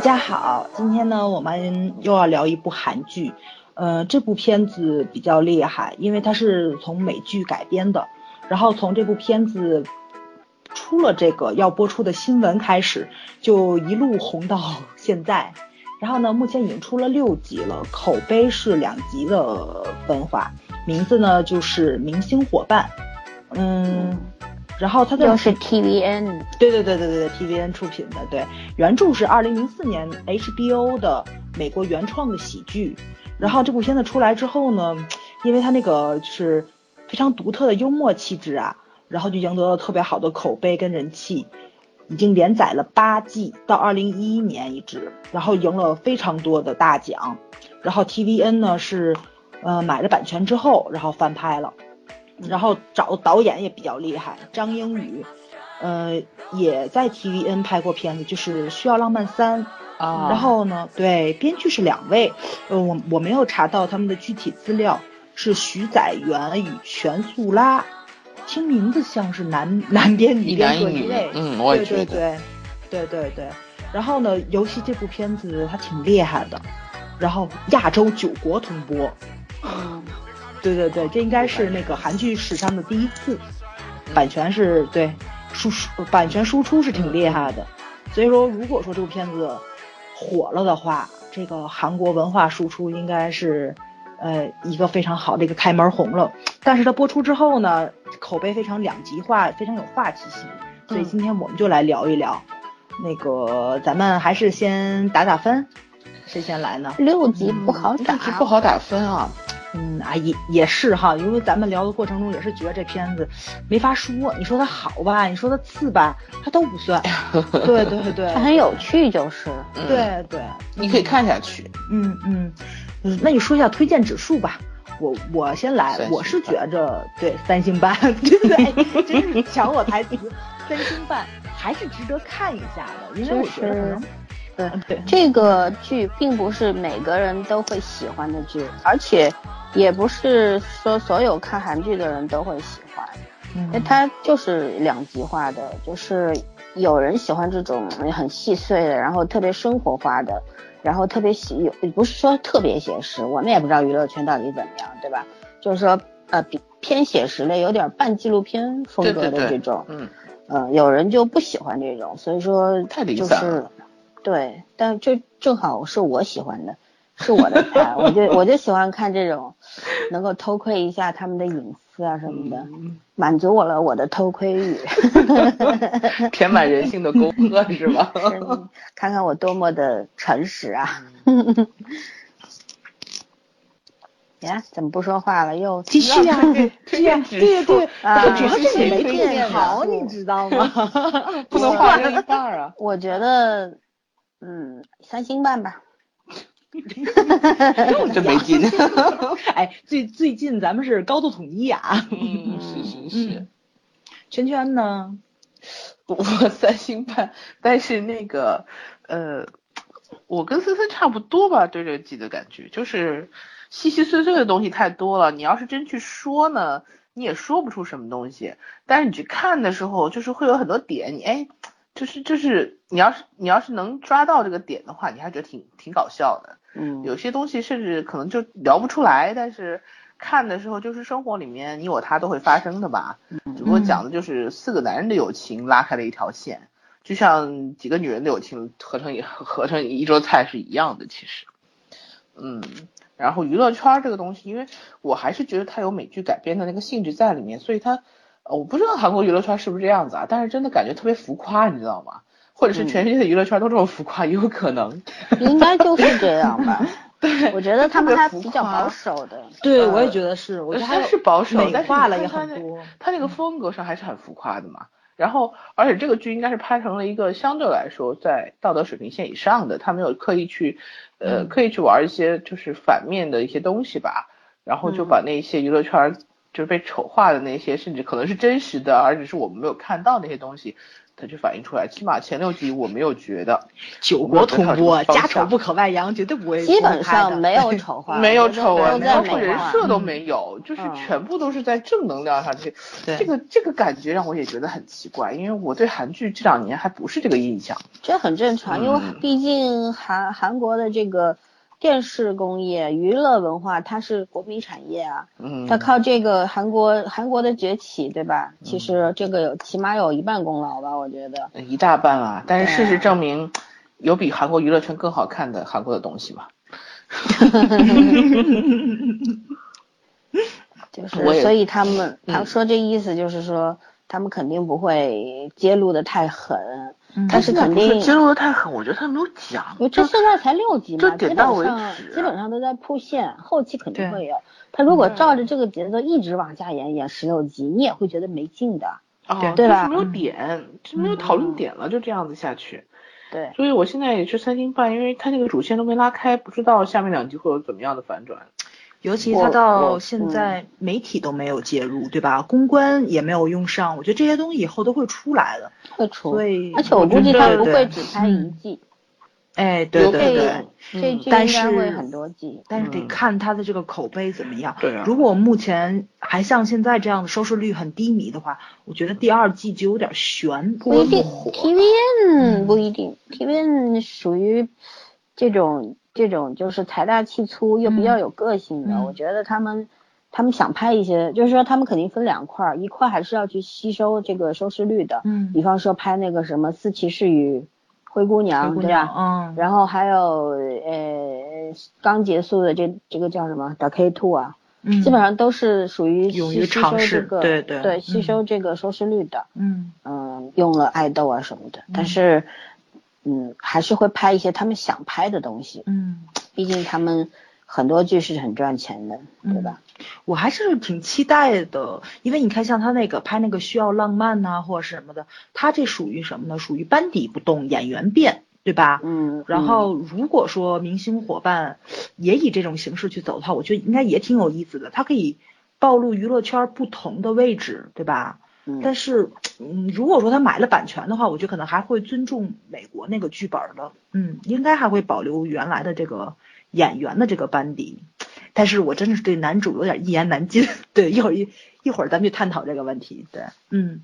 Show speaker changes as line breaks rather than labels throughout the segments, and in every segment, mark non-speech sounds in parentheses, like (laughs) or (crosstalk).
家好，今天呢，我们又要聊一部韩剧，呃，这部片子比较厉害，因为它是从美剧改编的。然后从这部片子出了这个要播出的新闻开始，就一路红到现在。然后呢，目前已经出了六集了，口碑是两极的分化。名字呢就是《明星伙伴》，嗯，然后它的
又是 TVN，
对对对对对对，TVN 出品的，对，原著是二零零四年 HBO 的美国原创的喜剧。然后这部片子出来之后呢，因为它那个就是非常独特的幽默气质啊，然后就赢得了特别好的口碑跟人气，已经连载了八季，到二零一一年一直，然后赢了非常多的大奖。然后 TVN 呢是呃买了版权之后，然后翻拍了，然后找导演也比较厉害，张英宇。呃，也在 TVN 拍过片子，就是《需要浪漫三》
啊
然后呢，对，编剧是两位，呃，我我没有查到他们的具体资料，是徐载元与全素拉，听名字像是男 (laughs) 男编女
一
编
男
各
一
一
女
位，，
嗯，我也觉
对
得，
对对，对对对。然后呢，尤其这部片子它挺厉害的，然后亚洲九国同播，
嗯，
对对对，这应该是那个韩剧史上的第一次，版权是对输出版权输出是挺厉害的，所以说如果说这部片子火了的话，这个韩国文化输出应该是呃一个非常好的一个开门红了。但是它播出之后呢，口碑非常两极化，非常有话题性，所以
嗯
今天我们就来聊一聊，那个咱们还是先打打分，谁先来呢？
六集不好打，
这嗯不好打分啊，
嗯啊，也也是哈，因为咱们聊的过程中也是觉得这片子没法说，你说它好吧，你说它次吧，它都不
(laughs)
算。 (laughs) 对对对，
它很有趣就是了。
嗯，
对对，
你可以看下去，
嗯嗯嗯，那你说一下推荐指数吧。我我先来
三，星
我是觉着对三星半， (laughs) 对对， (laughs) 真是抢我台词，三星半还是值得看一下的，因为我觉得可能，
就是
嗯对
这个剧并不是每个人都会喜欢的剧，而且也不是说所有看韩剧的人都会喜欢，因为
嗯
它就是两极化的，就是有人喜欢这种很细碎的，然后特别生活化的，然后特别写，有不是说特别写实，我们也不知道娱乐圈到底怎么样，对吧？就是说呃，比偏写实类，有点半纪录片风
对
格
对
的这
对，
种，
嗯，
呃，有人就不喜欢这种，所以说
太理
就
想
是
了，
对，但这正好是我喜欢的，是我的菜，我就我就喜欢看这种能够偷窥一下他们的隐私啊什么的，
嗯
满足我了我的偷窥
(laughs)
欲， (laughs)
填满人性的沟壑 (laughs) 是吧？
嗯看看我多么的诚实啊！
嗯
(laughs) 呀，怎么不说话了？又
继续啊，
推荐
(laughs)
指
对
数
对，
啊
我主要是
谁
没
推
变
荐
好，
啊！
你知道吗？
不能画成一半儿啊
我觉得，嗯，三星半吧。
真没劲。
(laughs)
(laughs)
哎，最最近咱们是高度统一啊。
嗯，是是是
嗯，圈圈呢？
(laughs) 我三星半， (laughs) 但是那个呃，我跟森森差不多吧，对这个剧的感觉就是细细碎碎的东西太多了，你要是真去说呢，你也说不出什么东西，但是你去看的时候，就是会有很多点，你哎。就是就是，你要是你要是能抓到这个点的话，你还觉得挺挺搞笑的。
嗯，
有些东西甚至可能就聊不出来，但是看的时候就是生活里面你我他都会发生的吧。只不过讲的就是四个男人的友情拉开了一条线，就像几个女人的友情合成一 (laughs) 合成一桌菜是一样的，其实，嗯。然后娱乐圈这个东西，因为我还是觉得它有美剧改编的那个性质在里面，所以它，呃我不知道韩国娱乐圈是不是这样子啊，但是真的感觉特别浮夸，你知道吗？或者是全世界的娱乐圈都这么浮夸，也有可能。
应该就是这样
(laughs)
吧。我觉得他们还比较保守的。
对，
呃
我也觉得是，我觉得
虽然
还
是保守
美
但是
化
你
了
看
也
他
很
那
多。嗯
它那个风格上还是很浮夸的嘛。然后，而且这个剧应该是拍成了一个相对来说在道德水平线以上的，他没有刻意去，呃，
嗯
刻意去玩一些就是反面的一些东西吧。然后就把
嗯
那些娱乐圈儿就是被丑化的那些，甚至可能是真实的，而且是我们没有看到那些东西，它去反映出来。起码前六集我没有觉得
九国同
我
播，
们不讨论
家
方
丑
向
不可外扬，绝对不会
基
公
本
开的
上没有丑
(laughs)
化，
没有
我觉得
丑闻，
都在
包括
美
人
化。
设都没有，就是
嗯
全部都是在正能量上去。
对
这个这个感觉让我也觉得很奇怪，因为我对韩剧这两年还不是这个印象。
这很正常，因为
嗯
毕竟韩韩国的这个电视工业、娱乐文化，它是国民产业啊，
嗯，
它靠这个韩国韩国的崛起，对吧？其实这个有起码有一半功劳吧，我觉得。
一大半啊，但是事
对
实证明，有比韩国娱乐圈更好看的韩国的东西嘛。
就是
我，也
所以他们
嗯
他们说这意思就是说，他们肯定不会揭露的太狠，
嗯
但是肯定，
揭露的太狠，我觉得他没有讲
因为这现在才六集嘛，
就
基
点
本
到为
上
止
基本上都在铺线，后期肯定
对
会有。他如果照着这个节奏一直往下演，演十六集，你也会觉得没劲的。
啊，
对吧嗯
就是没有点，就没有讨论点了，就这样子下去。
对，
所以我现在也是三星半，因为他那个主线都没拉开，不知道下面两集会有怎么样的反转。
尤其他
我我
到现在媒体都没有介入，对吧？公关也没有用上，我觉得这些东西以后都会出来的。
会出
所。以，
而且我估计
觉
他
得
不
对
会只拍一季，
哎，对
有
对
被
对。
这
嗯
这剧
但
应该
是
会很多季。
但是得
嗯
看他的这个口碑怎么样。
对啊
如果目前还像现在这样的收视率很低迷的话，我觉得第二季就有点悬，
不一定
火。
，TVN 不一定，TVN 属于这种这种就是财大气粗又比较有个性的，
嗯
我觉得他们他们想拍一些，就是说他们肯定分两块，儿，一块还是要去吸收这个收视率的，
嗯，
比方说拍那个什么《四骑士与灰姑娘》，
灰姑
对
娘
吧？，
嗯，
然后还有呃刚结束的这这个叫什么《The K Two》啊，
嗯
基本上都是属于吸
勇于
吸收
尝试
这个
对对
对
嗯
吸收这个收视率的。
嗯，
嗯，用了爱豆啊什么的，但是，嗯，还是会拍一些他们想拍的东西，
嗯，
毕竟他们很多剧是很赚钱的，
嗯
对吧？
我还是挺期待的，因为你看，像他那个拍那个需要浪漫呐、或者什么的，他这属于什么呢？属于班底不动，演员变，对吧？
嗯，
然后如果说明星伙伴也以这种形式去走的话，我觉得应该也挺有意思的。它可以暴露娱乐圈不同的位置，对吧？
嗯，
但是，
是
嗯，如果说他买了版权的话，我觉得可能还会尊重美国那个剧本的，嗯，应该还会保留原来的这个演员的这个班底。但是我真的是对男主有点一言难尽， (laughs) 对，一会儿一一会儿咱们去探讨这个问题，对，嗯，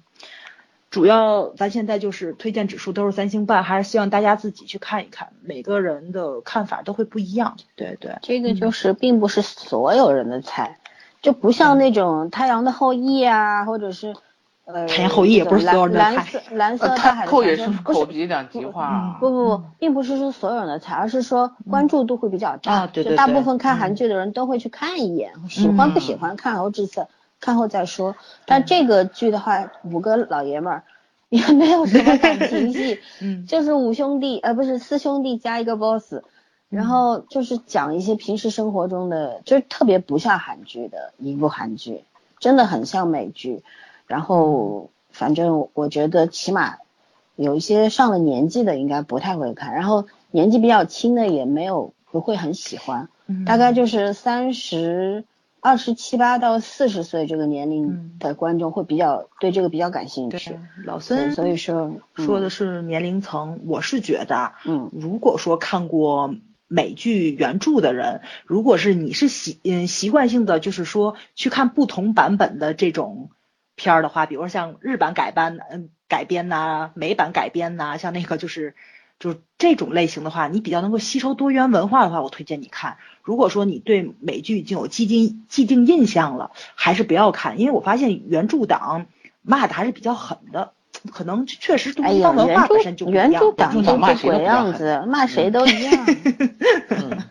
主要咱现在就是推荐指数都是三星半，还是希望大家自己去看一看，每个人的看法都会不一样，对对，
这个就是并不是所有人的菜，就不
嗯
像那种《太阳的后裔》啊，或者是呃，
太阳后裔也不是所有人的
蓝蓝
菜
色蓝色
呃，
大
他
海的
扣
传
也
说
是
不
口鼻两极化啊。
不不不，
嗯
并不是说所有人的菜，而是说关注度会比较大。
啊对对
就大
对嗯
部分看韩剧的人都会去看一眼，喜欢不喜欢看后至此，看后再说。但这个剧的话，五个老爷们儿也没有什么感情戏，
嗯
就是五兄弟，呃，不是四兄弟加一个 boss，
嗯
然后就是讲一些平时生活中的，就是特别不像韩剧的一部韩剧，真的很像美剧。然
嗯
后反正我觉得起码有一些上了年纪的应该不太会看，然后年纪比较轻的也没有不会很喜欢，
嗯
大概就是三十二十七八到四十岁这个年龄
嗯
的观众会比较对这个比较感兴
对
趣。
老
对，
孙
所以嗯说
说的是年龄层，我是觉得啊，
嗯
如果说看过美剧原著的人，如果是你是习嗯习惯性的就是说去看不同版本的这种片儿的话，比如说像日版改版嗯改编呐、美版改编呐、像那个就是。就是这种类型的话，你比较能够吸收多元文化的话，我推荐你看。如果说你对美剧已经有既定既定印象了，还是不要看，因为我发现原著党骂的还是比较狠的，可能确实
嗯
东
哎
西
呀
方，文
原
化本身就
著
不一样。
原著党
原著
都
党骂
这
谁都
鬼
不要
样
看
子，骂谁都
(laughs)
一样。
嗯，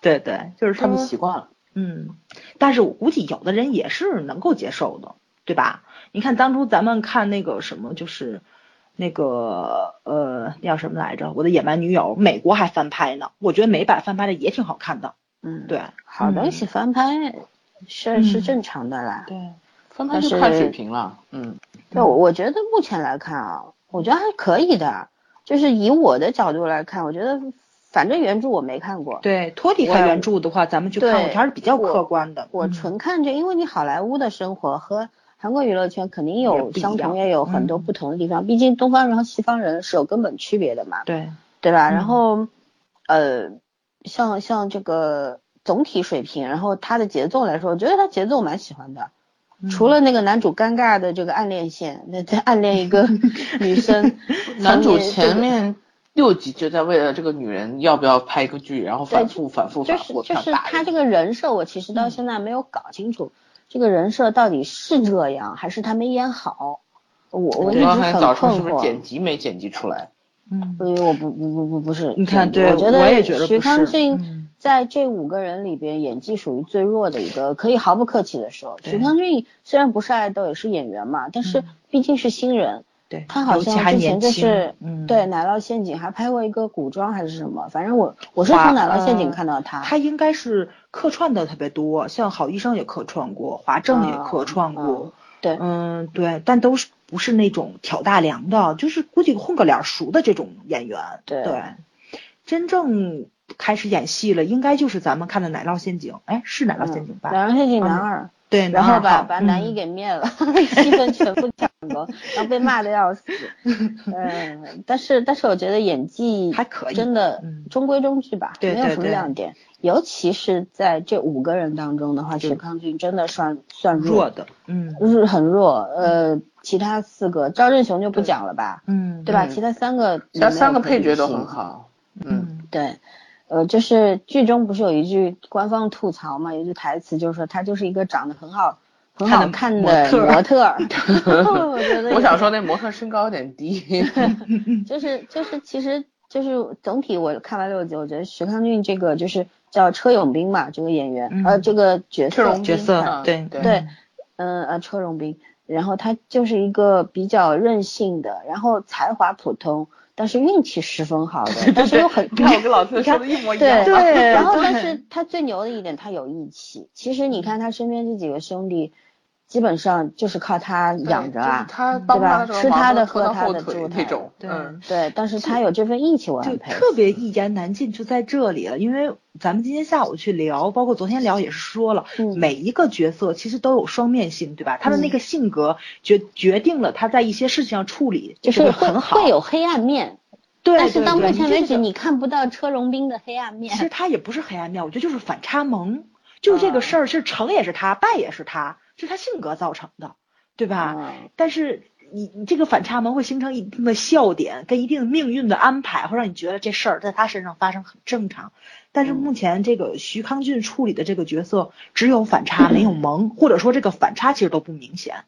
对对，就是
他
说
们习惯了。
嗯，但是我估计有的人也是能够接受的，对吧？你看当初咱们看那个什么，就是那个呃，那叫什么来着？我的野蛮女友，美国还翻拍呢。我觉得美版翻拍的也挺好看的。
嗯，，
对
好东西翻拍是是
嗯
正常的啦。
对，
翻
拍
拍
就
就
看
看
水
水平了。嗯，
对，我我觉得目前来看啊，我觉得还可以的。就是以我的角度来看，我觉得反正原著我没看过，
对，脱离
我
开原著的话，咱们去看，
对
我觉得还是比较
我
客观的。
我
嗯
纯看这，因为你好莱坞的生活和韩国娱乐圈肯定
也
有
不一
相
样
同，也有很多
嗯
不同的地方，毕竟东方人和西方人是有根本区别的嘛，
对，
对吧？
嗯
然后，呃，像像这个总体水平，然后他的节奏来说，我觉得他节奏蛮喜欢的。
嗯
除了那个男主尴尬的这个暗恋线，那再暗恋一
(laughs)
个女生，
男
曾经这
主前
个
面六集就在为了这个女人要不要拍个剧，然后反复反复
就
反
是
复
就
看
是
打
他
人
这个人设，我其实到
嗯
现在没有搞清楚，这个人设到底是这样，还是他没演好？我我一
我
直
刚才
很
早上
困
是不是
惑
剪。辑没剪辑出来？
嗯，
所以我不不不不不是，
你看
对
对
我觉
我也觉得
徐
不
康
是
俊
嗯
在这五个人里边演技属于最弱的一个，可以毫不客气的说，
对
徐康俊虽然不是爱豆，也是演员嘛，但是
嗯
毕竟是新人，
对，
他好
尤其
像
还
之前
年
就
轻
是，
嗯，
对《奶酪陷阱》还拍过一个古装还是什么，反正我我是从
华
《奶酪陷阱》
呃
看到他，
他应该是客串的特别多，像好医生也客串过，华政
啊
也客串过，
对，
嗯，对，但都是不是那种挑大梁的，就是估计混个脸熟的这种演员。
对
真正开始演戏了，应该就是咱们看的《奶酪陷阱》，哎，是《奶酪陷阱》吧？
奶酪陷阱男
嗯
二，
对，
嗯
嗯
然后
男二
把
号
把男一、给灭了， (laughs) 戏份全部抢走，然后被骂的要死。
(laughs)
嗯，但是但是我觉得演技
还可以
真的
嗯
中规中矩吧，
对
没有
对
什么
对
亮点。尤其是在这五个人当中的话，
就
许康俊真的算
嗯
算
弱
弱，
的，嗯
弱很弱。呃，其他四个赵正雄就不讲了吧，
嗯，
对吧？
嗯
其他三个
其他三个
也
配
没有
角
可
都
比性
很好，嗯，
嗯
对，呃，就是剧中不是有一句官方吐槽嘛，有一句台词就是说他就是一个长得很好、很
看
好
的
看
模
的
特儿
模特儿。我觉得
(laughs) 我
也
想说那模特身高有点 (laughs) 低，
就是就是，其实就是总体我看完六集，我觉得徐康俊这个就是叫车永斌嘛，这个演员、
嗯
呃这个角
车
色
荣，
角色
嗯
对
对
啊对，嗯呃车永斌，然后他就是一个比较任性的，然后才华普通，但是运气十分好的，但是又很
你看我跟老师说的一模一样
对
啊。
对
然后但
对
是他最牛的一点，他有义气。其实你看他身边这几个兄弟，基本上就是靠他
对
养着
就是
啊，
他
嗯
帮
对吧
的时候
吃
忙
他
着
的
拖
喝
到
他
后
的
腿
住他的
那种，
对
嗯
对，但是他有这份义气，我
就
很佩服。
特别一言难尽，就在这里了。因为咱们今天下午去聊，包括昨天聊也是说了，
嗯
每一个角色其实都有双面性，对吧？他的那个性格决、决定了他在一些事情上处理
就是
这个
会
很好。
会有黑暗面，
对，
但是
对
到目
对
前
这
为
个
止你看不到车荣斌的黑暗面
其。实他也不是黑暗面，我觉得就是反差萌，就是
嗯
这个事儿是成也是他，败也是他，是他性格造成的，对吧？
嗯
但是你你这个反差萌会形成一定的笑点跟一定命运的安排，会让你觉得这事儿在他身上发生很正常。但是
嗯
目前这个徐康俊处理的这个角色只有反差没有萌，或者说这个反差其实都不明显，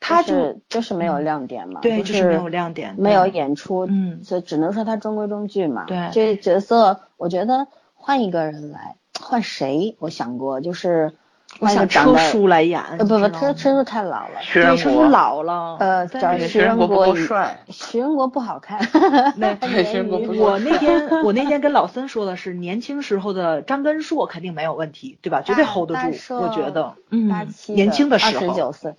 他
就
就是嗯
就是没有亮点嘛，
对，
就
就是没有亮点，
没有
对
演出，
嗯
所以只能说他中规中矩嘛。
对
这角色我觉得换一个人来，换谁？我想过，就是
我
换一个
想
长得
车叔来演，
呃不不，车
车
车叔太老了，
徐
对
仁
车叔
国，
老了，
呃，
哦对
找
对
徐
徐仁
仁
国不
国
够
以，
帅
徐仁国不好看，
那
(laughs) 对徐仁国不
(laughs) 我那天我那天跟老森说的是，年轻时候的张根硕肯定没有问题，对
(laughs)
吧？绝对
大
hold 得
大
住，我觉得，
八
嗯，
七
年轻
的
的时
二十
候，嗯
九岁，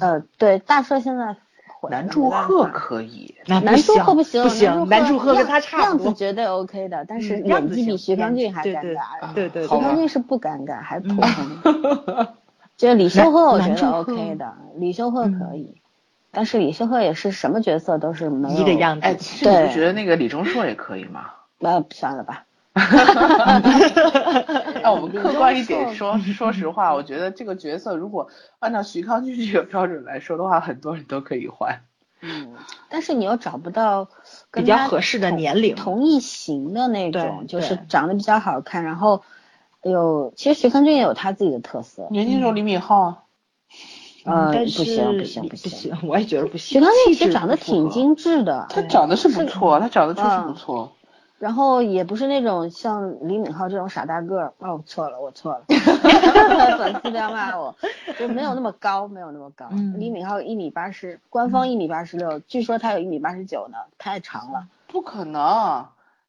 呃，对，大帅现在毁了
男祝
没
贺
办法
可以，
那
男祝
行
贺不行，
不行，男祝贺跟他差
样
不
子
多，
绝对 OK 的，但是
嗯样
演
子
技比
行
徐
演
康
技
俊还
对
尴
对
尬。
对对
徐
好吧
康
对，
俊是不尴尬，还普
嗯
通。
(laughs)
就李秀赫，我觉
男
得
祝贺嗯
OK 的，李秀赫可以，但是李秀赫也是什么角色都是没有
一个样
哎，
子，
其实你
对
不觉得那个李钟硕也可以吗？
那呃算了吧。
那我们客观一点
李钟
说，说实话，我觉得这个角色如果按照徐康俊这个标准来说的话，很多人都可以换。
嗯，但是你又找不到跟
比较
他
合适的
同
年龄
同一型的那
对
种，就
对
是长得比较好看，然后有其实徐康俊也有他自己的特色，
年轻时候李敏镐啊，
嗯
呃，
但
不行不
是
行
你
不
不，行，我也觉得不
徐
行，
康俊
气
其实
质
长得
不符
挺
合，
精致的，
他长得是不错，他长得确实不
嗯
错。
然后也不是那种像李敏镐这种傻大个儿，哦，错了，我错
(laughs)
了， (laughs) 粉丝都要骂我，就没有那么高，没有那么高。
嗯
李敏镐一米八十，官方一米八十六，据说他有一米八十九呢，太长了。
不可能，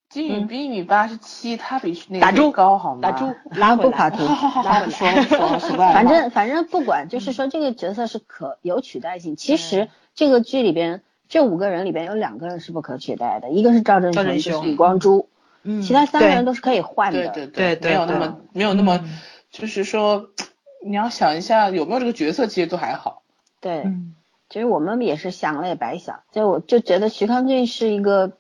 金宇彬一米八十七，他比那
嗯
个
打住
谁高好吗？
打住，，拉回
不跑
来，
题，
好好不说了不说
(laughs)
了，随便
反正反正不管，就是说这个角色是可有取代性。其实这个剧里边这五个人里边有两个人是不可取代的，一个是赵正
赵正
就是
雄
李光洙，
嗯
其他三个人
都
都是可以换
对
的。
对
对对
没有那么没有那么
嗯，
就是说，你要想一下有没有这个角色，其实都还好。
对，
嗯
其实我们也是想了也白想，所以我就觉得徐康俊是一个，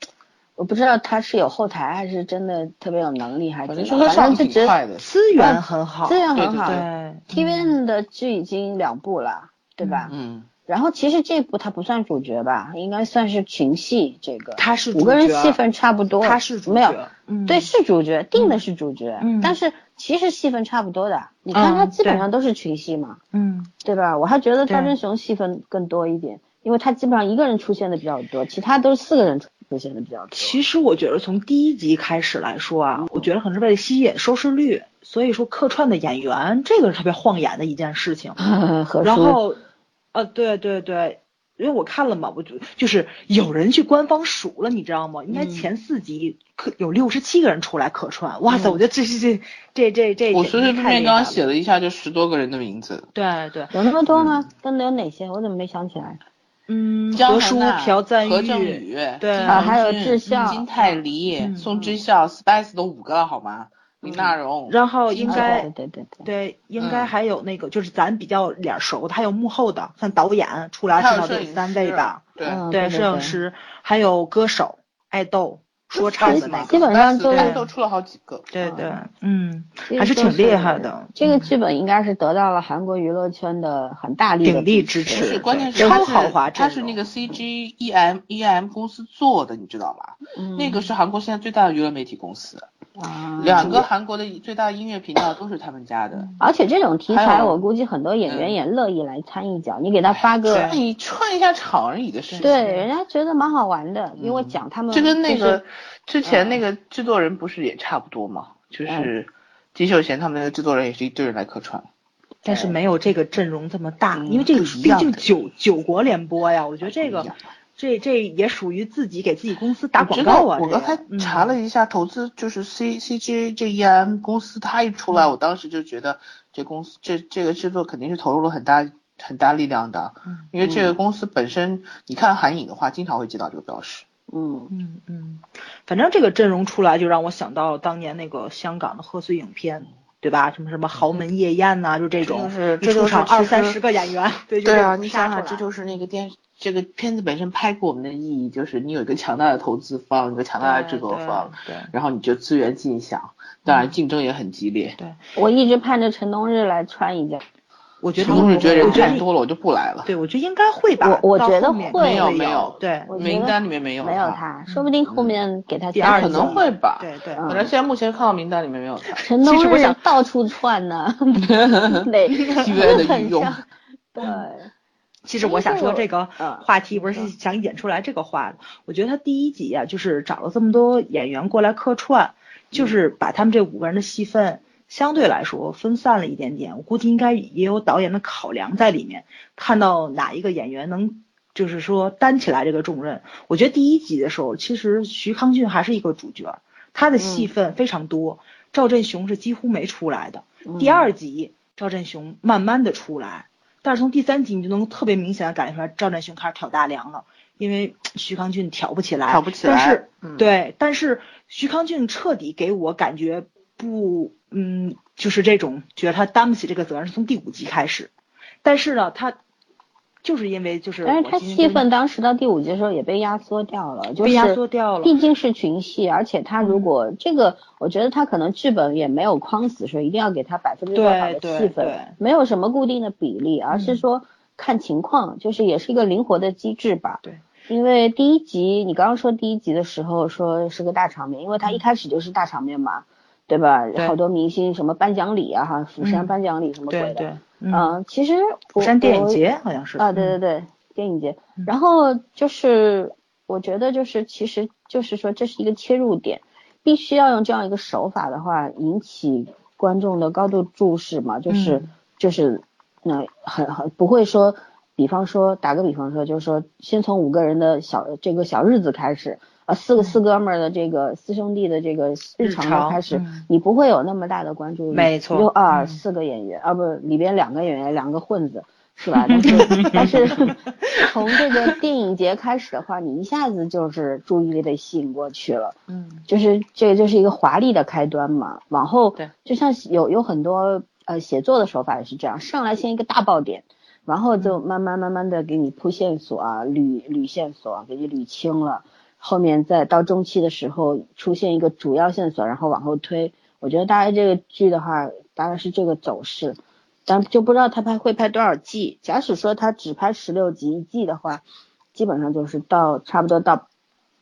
我不知道他是有后台还是真的特别有能力，还是
反
怎
正
么
说
样
他
反
上
正就
的
觉
挺
得
快的，
资源很好，
资源很好。
对嗯
TVN 的剧已经两部了，对吧？
嗯，
然后其实这部它不算主角吧，应该算是群戏这个。
他是
五
主
个人戏
角，
份差不多，
他是主
没有，
角，嗯，
对，是主角，定的是主角，
嗯
但是其实戏份差不多的。你看他
嗯
基本
对
上都是群戏嘛，
嗯，
对吧？我还觉得赵
对
真雄戏份更多一点，因为他基本上一个人出现的比较多，其他都是四个人出现的比较多。
其实我觉得从第一集开始来说啊，我觉得可能是为了吸引收视率，所以说客串的演员这个是特别晃眼的一件事情。
何
然
叔，
后，呃，对对对，因为我看了嘛，我就就是有人去官方数了，你知道吗？应该
嗯
前四集客有六十七个人出来客串，哇塞！我觉得这这这这这这，
我
简
随
直
随便
太
便
厉
刚
害
刚
了
写了一下，就十多个人的名字。
对对，
有那么多吗？都能有哪些？我怎么没想起来？
嗯，
江
何
河
叔、
南
朴赞
何正
玉，
宇、
对
金
啊
承
还有
俊
智孝
金泰梨、
嗯嗯
宋智孝、Spice 都五个了好吗？林大荣，
然后应
金
该
啊对对对对对。
对，应该
嗯
还有那个，就是咱比较脸熟的，还有幕后的，像导演出来至
还有
少
摄
得有
影
三位
师
吧，
对，
嗯对
对，
对
摄影
对
师，还有歌手、爱豆、说唱
基
的那
基
个，
本上都
是
是都出了好几个。
对
嗯
对，嗯，
这
还是
都
挺厉害的嗯
这个剧本应该是得到了韩国娱乐圈的很大力的
鼎力支
不
持
是，
对
关键是
超
它是
豪华阵
它
容
是那个 CG EM EM 公司做的，你知道吧？
嗯
那个是韩国现在最大的娱乐媒体公司，
嗯
啊
两个韩国的最大音乐频道都是他们家的。
而且这种题
还
材，
有
我估计很多演员
嗯哎
也乐意来参一脚。你给他发个
对，
你串一下场而已的事情。
对，人家觉得蛮好玩的，因为
嗯
讲他们
这跟
就
那
是
个之前
嗯
那个制作人不是也差不多吗？就是金秀贤他们那个制作人也是一堆人来客串。
但是没有这个阵容这么大，
嗯
因为这个
不一
毕
样
竟
的
九九国联播呀，我觉得这
不一
个
样
这这也属于自己给自己公司打
我
广
知
告
道
啊。
我
这
刚
个
才
嗯
查了一下，投资就是 C C G 这 E M 公司，它一出来，
嗯
我当时就觉得这公司这这个制作肯定是投入了很大很大力量的
嗯，
因为这个公司本身，你看韩影的话，经常会接到这个标识。
嗯
嗯嗯，反正这个阵容出来就让我想到当年那个香港的贺岁影片，对吧？什么什么豪门夜宴呐、就这种，
是
一出场二三十个演员，对，就
对啊，
这
你
样
想
杀
想，
出
这
来
就是那个电这个片子本身拍给我们的意义，就是你有一个强大的投资方，一个强大的制作方，，
对对
然后你就资源尽享，当
嗯
然竞争也很激烈。
对，
我一直盼着陈冬日来穿一件，
我觉得
陈冬日觉得人
我觉
太
得
多了，我就不来了。
对，我觉得应该会吧。
我我
到
觉得
后面
会
应该
没有没
有
对
我觉得
名单里面没有
没有他，说不定后面给他
嗯第
加
二
可
上
能
去
会吧。
对对，
嗯
反正现在目前看到名单里面没有他。
陈
其实
冬
我
日
想
到处窜
(laughs)
呢，对，
戏院的御
很
用
像，对，
其实我想说这个
嗯
话题，不是想引出来这个话的。我觉得他第一集啊，就是找了这么多演员过来客串，就是把他们这五个人的戏份相对来说分散了一点点。我估计应该也有导演的考量在里面，看到哪一个演员能就是说担起来这个重任。我觉得第一集的时候，其实徐康俊还是一个主角，他的戏份非常多，赵振雄是几乎没出来的。嗯第二集赵振雄慢慢的出来，但是从第三集你就能特别明显的感觉出来，赵振雄开始挑大梁了，因为徐康俊挑不起来，
挑不起
但
来
是、
嗯
对，但是徐康俊彻底给我感觉不，嗯，就是这种觉得他担不起这个责任，是从第五集开始。但是呢，他就是因为就是，
但是他戏份当时到第五集的时候也被压缩掉了，就是
被压缩掉了嗯
毕竟是群戏，而且他如果这个，我觉得他可能剧本也没有框死说一定要给他百分之多少的
对
戏
对嗯对
份，没有什么固定的比例，而是说看情况，就是也是一个灵活的机制吧。
对，
因为第一集你刚刚说第一集的时候说是个大场面，因为他一开始就是大场面嘛，对吧？
嗯对
好多明星什么颁奖礼啊，哈，釜山
嗯
颁奖礼什么鬼
对
的，
对，嗯，
嗯，其实
釜
我
山电影
我
节好像是
啊，对对
对，
对，电影节
嗯。
然后就是，我觉得就是，其实就是说，这是一个切入点，必须要用这样一个手法的话，引起观众的高度注视嘛，就是、
嗯
就是，那、很很不会说，比方说打个比方说，就是说先从五个人的小这个小日子开始。啊，四个四哥们儿的这个四兄弟的这个
嗯日
日常
常
的开始，
嗯
你不会有那么大的关注力。
没错
有啊，
嗯
四个演员啊，不，里边两个演员，两个混子，是
(laughs)
吧？但是但是从这个电影节开始的话，你一下子就是注意力被吸引过去了，
嗯
就是这个就是一个华丽的开端嘛。往后
对
就像有有很多呃写作的手法也是这样，上来先一个大爆点。然后就慢慢慢慢的给你铺线索啊，捋捋线索、啊，给你捋清了。后面再到中期的时候出现一个主要线索，然后往后推。我觉得大概这个剧的话，大概是这个走势，但就不知道他拍会拍多少季。假使说他只拍十六集一季的话，基本上就是到差不多到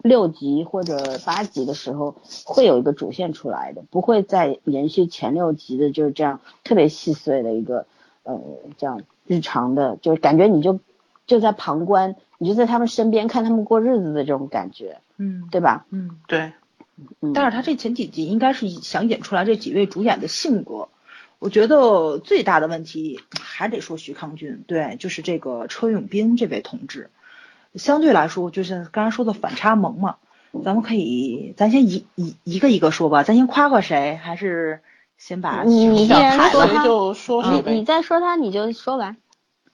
六集或者八集的时候，会有一个主线出来的，不会再延续前六集的就是这样特别细碎的一个呃这样日常的，就是感觉你就就在旁观。你就在他们身边看他们过日子的这种感觉，
嗯，
对吧？
嗯，
对，
嗯、
但是他这前几集应该是想演出来这几位主演的性格。我觉得最大的问题还得说徐康俊，对，就是这个车永斌这位同志，相对来说就是刚才说的反差萌嘛。咱们可以，咱先一一一个一个说吧，咱先夸夸谁，还是先把
你
徐
先
康
说
嗯说
俊
谁
他
就说谁
你
呗
你。再说他，你就说完。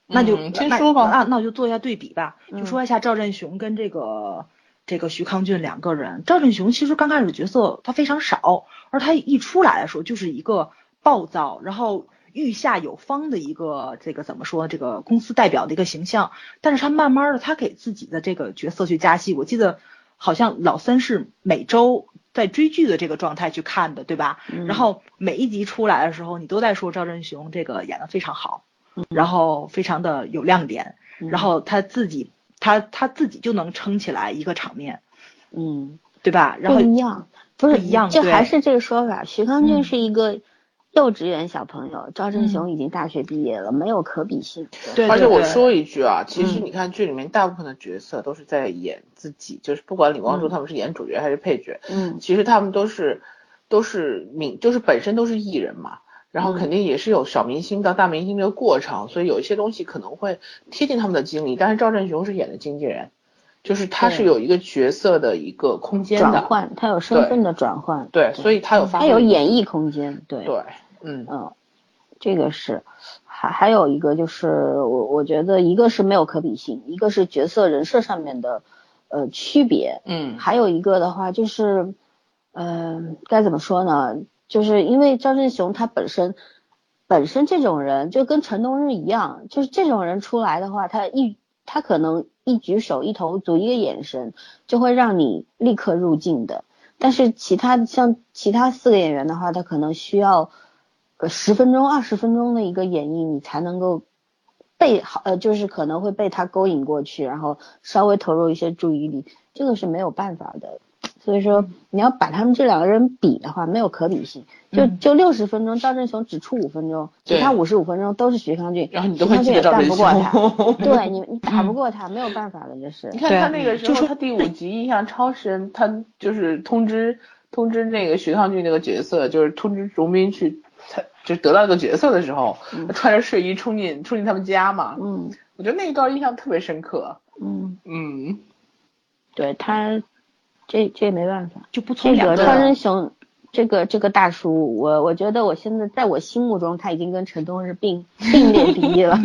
那就
嗯先
那
说吧
那那我就做一下对比吧，
嗯
就说一下赵振雄跟这个这个徐康俊两个人。赵振雄其实刚开始角色他非常少，而他一出来的时候就是一个暴躁，然后御下有方的一个这个怎么说这个公司代表的一个形象。但是他慢慢的，他给自己的这个角色去加戏。我记得好像老三是每周在追剧的这个状态去看的，对吧？然后每一集出来的时候，你都在说赵振雄这个演的非常好，然后非常的有亮点，
嗯
然后他自己他他自己就能撑起来一个场面，
嗯，
对吧？然
不
后
一样，不是
不一样
就
对
还是这个说法。徐康俊
嗯
是一个幼稚园小朋友，赵
嗯
正雄已经大学毕业了，没有可比性。
对，
而且
对
我
对
说一句啊，其实
嗯
你看剧里面大部分的角色都是在演自己，就是不管李
嗯
光洙他们是演主角还是配角，
嗯
其实他们都是都是明，就是本身都是艺人嘛，然后肯定也是有小明星到大明星这个过程，所以有一些东西可能会贴近他们的经历。但是赵振雄是演的经纪人，就是他是
对
有一个角色的一个空间
转
的，
换，他有身份的转换，
对，所以他有
他
发挥，
有演绎空间，对
对，嗯，
嗯，这个是，还还有一个就是我我觉得一个是没有可比性，一个是角色人设上面的呃区别，
嗯，
还有一个的话就是，嗯、该怎么说呢？就是因为张振雄他本身本身这种人就跟陈东日一样，就是这种人出来的话，他一他可能一举手、一投足、一个眼神，就会让你立刻入境的。但是其他像其他四个演员的话，他可能需要呃十分钟、二十分钟的一个演绎，你才能够被好呃，就是可能会被他勾引过去，然后稍微投入一些注意力，这个是没有办法的。所以说，
嗯
你要把他们这两个人比的话，没有可比性。就
嗯
就六十分钟，赵振雄只出五分钟，其
对
他五十五分钟都是徐康俊，
然后你都会
徐康
记
俊也
得赵
干
振
不过他。
雄。
对你，你打不过他，没有办法的，这是
嗯你。看他
对
那个时
就
候，
说
他第五集印象超深，他就是通知通知那个徐康俊那个角色，就是通知荣斌去，他就得到一个角色的时候，
嗯
他穿着睡衣冲进冲进他们家嘛，
嗯
我觉得那一段印象特别深刻。
嗯，
嗯，
对他，这这没办法。
就不从
这
两
个
个
赵
人
振雄，这个这个大叔，我我觉得我现在在我心目中他已经跟陈东是并并列第一
(laughs)
了。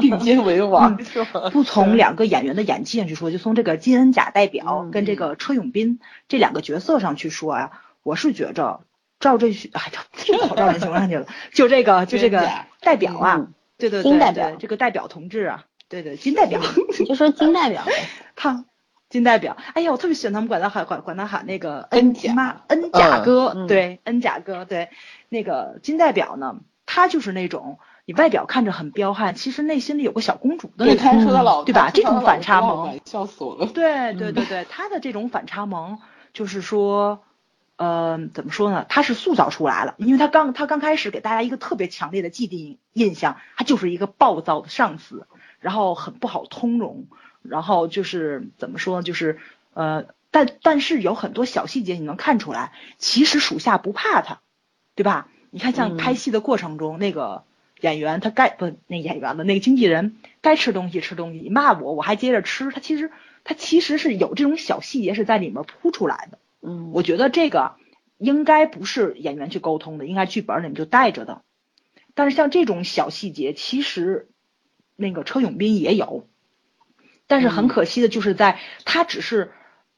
并肩为王嗯 (laughs) 是吗？
不从两个演员的演技上去说，就从这个金恩甲代表
嗯
跟这个车永斌这两个角色上去说啊，我是觉着赵振旭，哎呀，又跑赵振雄上去了，就这个就这
金
个
恩甲
代表啊
嗯，
对对
金
对
代表嗯
对，这个代表同志啊，对对金代表，
就说金代表呗，
他金代表，哎呀，我特别喜欢他们管他喊管管他喊那个
恩
甲
甲
妈恩甲哥，
嗯嗯
对恩甲哥，对那个金代表呢，他就是那种你外表看着很彪悍，其实内心里有个小公主的那
对，嗯
种。
他说他老
对吧
他说他
这种反差
老
萌
老板笑死我了。
对对对对，他的这种反差萌就是说，呃，怎么说呢？他是塑造出来了，因为他刚他刚开始给大家一个特别强烈的既定印象，他就是一个暴躁的上司，然后很不好通融，然后就是怎么说呢？就是呃，但但是有很多小细节你能看出来，其实属下不怕他，对吧？你看，像
嗯
拍戏的过程中，那个演员他该不那演员的那个经纪人该吃东西吃东西，你骂我我还接着吃，他其实他其实是有这种小细节是在里面铺出来的。
嗯，
我觉得这个应该不是演员去沟通的，应该剧本里面就带着的。但是像这种小细节，其实那个车永斌也有，但是很可惜的就是在他只是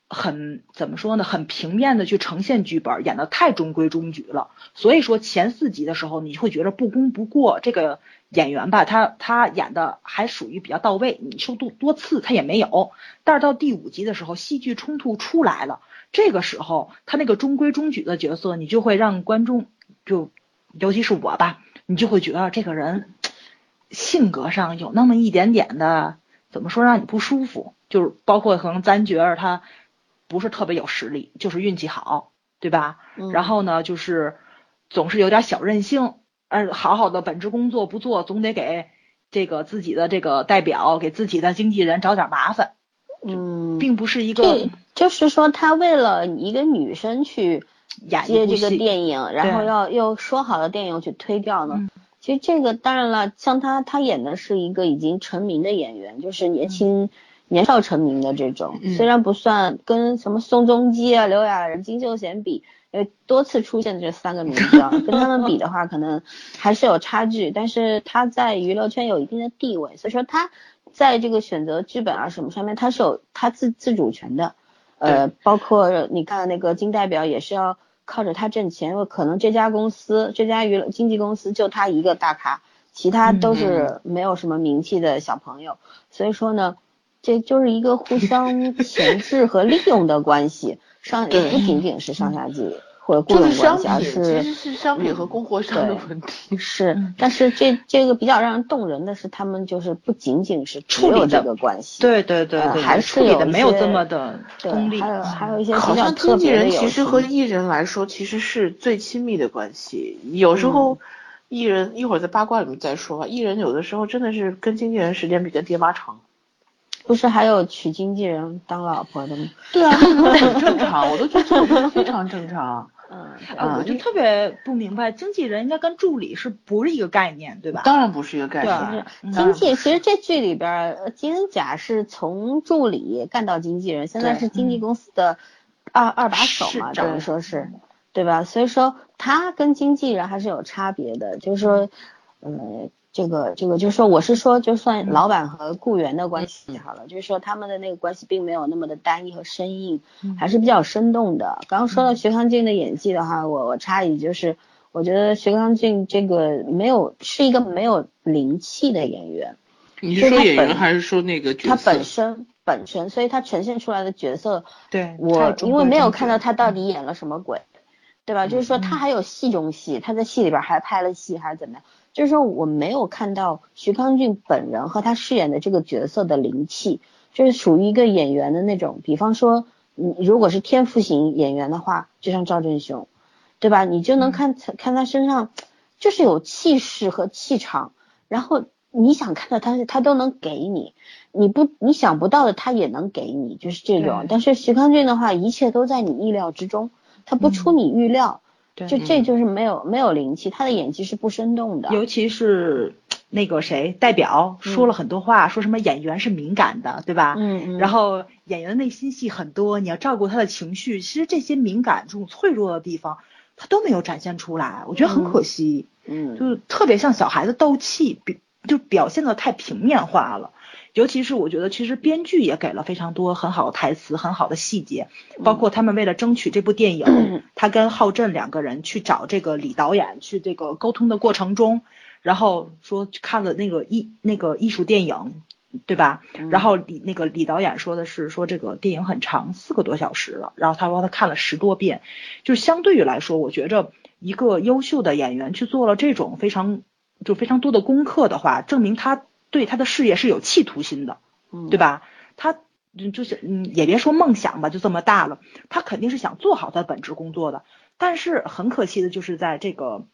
很怎么说呢，很平面的去呈现剧本，演的太中规中矩了。所以说前四集的时候，你会觉得不功不过，这个演员吧，他他演的还属于比较到位，你说多多次他也没有。但是到第五集的时候，戏剧冲突出来了，这个时候他那个中规中矩的角色，你就会让观众就，尤其是我吧，你就会觉得这个人性格上有那么一点点的怎么说让你不舒服，就是包括可能咱觉得他。不是特别有实力，就是运气好，对吧？
嗯
然后呢，就是总是有点小任性，而好好的本职工作不做，总得给这个自己的这个代表，给自己的经纪人找点麻烦，
嗯，
并不是一个
对，就是说他为了一个女生去
演一
接
部
这个
戏。
电影，然后
对
要又说好的电影去推掉呢。
嗯
其实这个当然了，像他他演的是一个已经成名的演员，就是
嗯
年轻、年少成名的这种，
嗯
虽然不算跟什么宋仲基啊、刘亚仁、金秀贤比，呃，多次出现的这三个名字啊，跟他们比的话，可能还是有差距。但是他在娱乐圈有一定的地位，所以说他在这个选择剧本啊什么上面，他是有他自自主权的。呃，包括你看那个金代表也是要靠着他挣钱，因为可能这家公司、这家娱乐经纪公司就他一个大咖，其他都
嗯
是没有什么名气的小朋友，所以说呢，这就是一个互
(laughs)
相钳制和利用的关系，上也
对
不仅仅是上下级或者雇
(laughs) 就是
佣
商
关系，
品，
而是
其实是嗯商品和供货商的问题。
是
嗯，
但是这这个比较让人动人的是，他们就是不仅仅是只有
处理的
这个关系，
对对对
呃
对，
还是
处理
有
的
一
没有
些
这么的
对
功利。嗯
还有还有一些
好
比较
像经
特
纪
别的
人
友
其实
情。
和艺人来说，其实是最亲密的关系。有时候，艺人一会儿在八卦里面再说吧。艺人有的时候真的是跟经纪人时间比跟爹妈长。
不是还有娶经纪人当老婆的吗？
对啊，很正常，我都觉得这种非常正常。
嗯，
哎我就特别不明白，经纪人应该跟助理是不是一个概念，对吧？
当然不是一个概
对
念
啊。
是
嗯
经纪，其实这剧里边儿，呃金恩甲是从助理干到经纪人，现在
对
是经纪公司的二二把手
是嗯
嘛，
长嗯
等于说是，对吧？所以说他跟经纪人还是有差别的，就是说，呃，这个这个，就是说我是说，就
嗯
算老板和雇员的关系好了，就是说他们的那个关系并没有那么的单一和生硬，
嗯
还是比较生动的。刚刚说到徐康俊的演技的话，我我插一句就是。我觉得徐康俊这个没有是一个没有灵气的演员，
你
就是
说
他
演员
本
还是说那个角
他
色？
本身本身，所以他呈现出来的角色，
对，太
我
中
因为
规
没有
中矩嗯
看到他到底演了什么鬼，对吧？就是说他还有戏中戏，他在戏里边还拍了戏还是怎么样？就是说我没有看到徐康俊本人和他饰演的这个角色的灵气，就是属于一个演员的那种，比方说，你如果是天赋型演员的话，就像赵振雄，对吧？你就
嗯
能看看他身上就是有气势和气场，然后你想看到他，他都能给你，你不你想不到的他也能给你，就是这种
对。
但是徐康俊的话，一切都在你意料之中，他不出你预料，
嗯对嗯
就这就是没有没有灵气，他的演技是不生动的。嗯
尤其是那个谁代表说了很多话，说什么演员是敏感的，对吧？
嗯嗯，
然后演员的内心戏很多，你要照顾他的情绪。其实这些敏感、这种脆弱的地方，他都没有展现出来，我觉得很可惜。
嗯
就是特别像小孩子斗气，比就表现的太平面化了。尤其是我觉得，其实编剧也给了非常多很好的台词、很好的细节，包括他们为了争取这部电影，他跟浩震两个人去找这个李导演去这个沟通的过程中，然后说去看了那个艺那个艺术电影，对吧？
嗯
嗯
然后李那个李导演说的是说这个电影很长，四个多小时了，然后他说他看了十多遍，就是相对于来说，我觉着一个优秀的演员去做了这种非常就非常多的功课的话，证明他对他的事业是有企图心的，对吧？他嗯就是嗯也别说梦想吧，就这么大了，他肯定是想做好他本职工作的。但是很可惜的就是在这个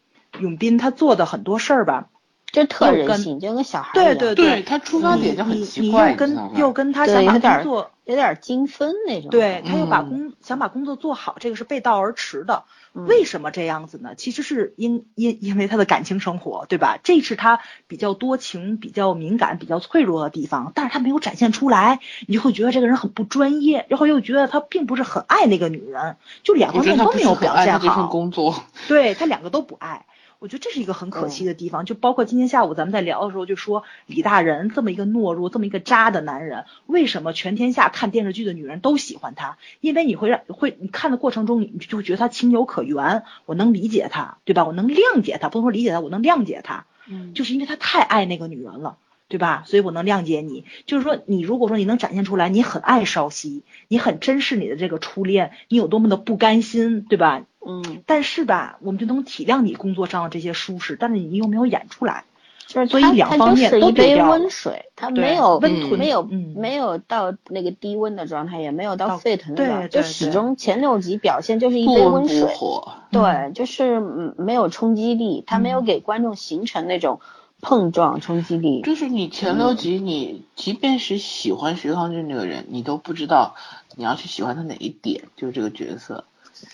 永斌他做的很多事儿吧，
就特
又
人
跟
性，就跟小孩一
对
样，
对
对他出发点就很
你
奇
你
怪，
又
你知道
跟
吧
又跟他
对
想
有点
把
儿
工作。
有点精分那种。
对他又把
嗯
工、想把工作做好，这个是背道而驰的。
嗯
为什么这样子呢？其实是因因因为他的感情生活，对吧？这是他比较多情、比较敏感、比较脆弱的地方，但是他没有展现出来，你就会觉得这个人很不专业，然后又觉得他并不是很爱那个女人，就两
我
方
觉得
面
他
都
不
没
是
有
很
表
爱
现
这份
好。
工作。
对他两个都不爱，我觉得这是一个很可惜的地方。就包括今天下午咱们在聊的时候，就说李大仁这么一个懦弱、这么一个渣的男人，为什么全天下看电视剧的女人都喜欢他？因为你会让会你看的过程中，你就会觉得他情有可原，我能理解他，对吧？我能谅解他，不能说理解他，我能谅解他，
嗯
就是因为他太爱那个女人了。对吧？所以我能谅解你，就是说，你如果说你能展现出来，你很爱稍息，你很珍视你的这个初恋，你有多么的不甘心，对吧？
嗯，
但是吧，我们就能体谅你工作上的这些舒适，但是你又没有演出来，
就是
所以
它
两
它
方
就
面
是
都
一
丢
杯
掉了
温水，它
对
没有
温
吞
没有
嗯
没有到那个低温的状态，也没有
到
到沸腾
对
的状态，
对
就
对
始终前六集表现就是一
不
杯
温
温
不
水，
火，
对，
嗯
就是嗯没有冲击力，它没有
嗯
给观众形成那种碰撞冲击力。
就是你前六集，你即便是喜欢徐康俊这个人，你都不知道你要去喜欢他哪一点，就是这个角色。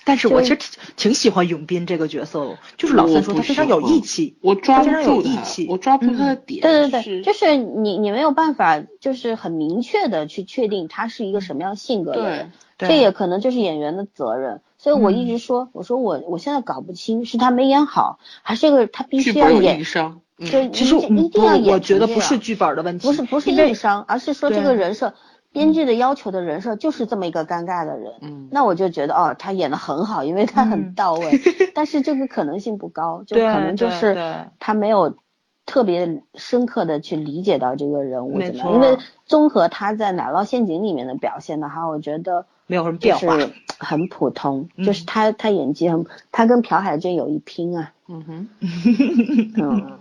但是
就
我其实挺挺喜欢永斌这个角色的，就是老
我
三说
不
他非常
喜
有
欢
义气，
我抓
他
不
非常有
住
义
他
气，
我抓不住他的点。
对对对，
就
就是是你你没有办法，就是很明确的去确定他是一个什么样性格的人，
对嗯
这也可能就是演员的责任。所以我一直说，我说我我现在搞不清是他没演好，还是这个他必
剧
须要
本有
演
硬，伤。嗯
就
其实
一定一
嗯
定要
不
演
我觉
成
得
这
不是
样
剧本的问题，
不是不是
因为
硬伤，而是说这
对
个人设，编剧的要求的人设就是这么一个尴尬的人。
嗯，
那我就觉得哦，他演的很好，因为他
嗯
很
(laughs)
到位，但是这个可能性不高，就
对
可能就
对对
是他没有特别深刻的去理解到这个人物
没
怎么样，因为
错
综合他在《奶酪陷阱》里面的表现的话，我觉得
没有什么
就
变化，
是很普通，就是
嗯
他他演技很，他跟朴海镇有一拼
(laughs)
啊，
嗯哼，
嗯，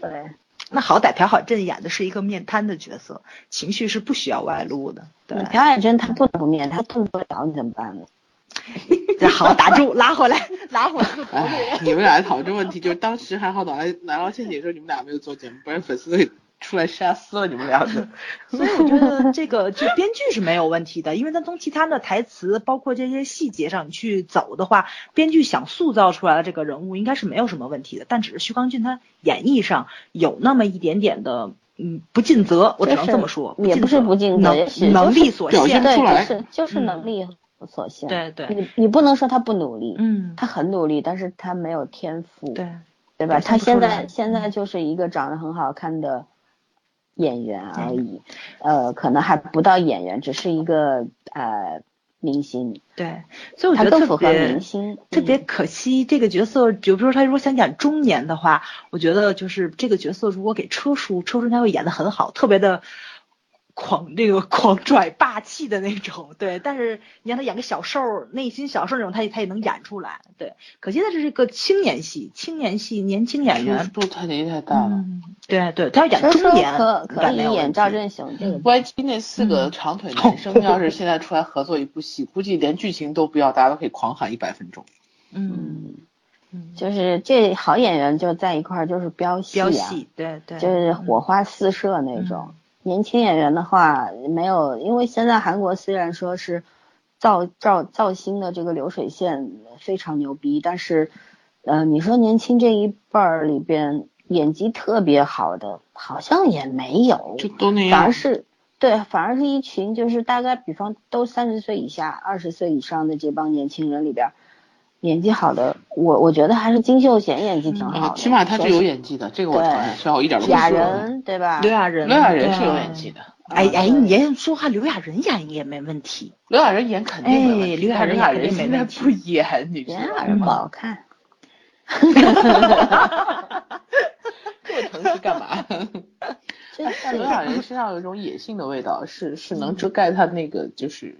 对。
那好歹朴海镇演的是一个面瘫的角色，情绪是不需要外露的，对
嗯，朴海镇他不能面，他动不了，你怎么办呢？
这好打住，拉回来，拉回来就不对。
哎，你们俩讨论这问题，就是当时还好，脑来来到陷阱的时候，你们俩没有做节目，不然粉丝得出来杀撕了你们俩 (laughs) 的。
(laughs)
所以我觉得这个就编剧是没有问题的，因为 (laughs) 咱从其他的台词，包括这些细节上你去走的话，编剧想塑造出来的这个人物应该是没有什么问题的，但只是徐康俊他演绎上有那么一点点的。嗯，不尽责，我只能这么说。
也不是不尽责也
能
是
能力
就是
所
表
限
现出。来
对，就是就是
嗯
能力所限。
对对
你你不能说他不努力，
嗯，
他很努力，但是他没有天赋，
对，
对吧？
表现不
他
出
现
来
在现在就是一个长得很好看的演员而已，呃，可能还不到演员，只是一个呃明星，
对，所以我觉
他
得
更
特
符合
别
明星。
特别
嗯
可惜，这个角色，比如说他如果想演中年的话，我觉得就是这个角色如果给车叔，车叔应该会演的很好，特别的狂，这个狂拽霸气的那种，对。但是你让他演个小兽儿，内心小兽儿那种，他也他也能演出来，对。可惜他这是一个青年戏，青年戏，年轻演员，
度太年纪太大了。
嗯，对对，他要演
所以说
中年，
可
应该
可以
没有问
演
题嗯
赵正雄这个，
Y G 那四个长腿男 (laughs) 生，要是现在出来合作一部戏，估计连剧情都不要，大家都可以狂喊一百分钟。
嗯
嗯，
嗯，
就是这好演员就在一块儿就是飙戏
飙
啊，
戏，对对，嗯
就是火花四射那种。年轻演员的话，没有，因为现在韩国虽然说是造造造星的这个流水线非常牛逼，但是，呃，你说年轻这一辈儿里边演技特别好的，好像也没有，
就都那
反
样
而。是对，反而是一群就是大概比方都三十岁以下、二十岁以上的这帮年轻人里边儿，演技好的，我我觉得还是金秀贤演技挺好
啊，
的，
起码他是
说
有
是
演技的，这个我承认，
对
虽然我一点都不
雅
说
人对吧？
刘亚仁，
刘亚仁啊是有
对
演技。的，
哎哎，
啊对
你别说话，刘亚仁演也没问题。
刘亚仁演肯定没问
哎
题，
刘亚
但
仁
刘亚
演
仁
肯定
现
没
在
问题
不演，你知
演
道
耳
吗？
啊不好看，
这么疼是
(laughs)
干嘛？
真
刘
的
亚仁身上有一种野性的味道，是是能遮盖他那个就是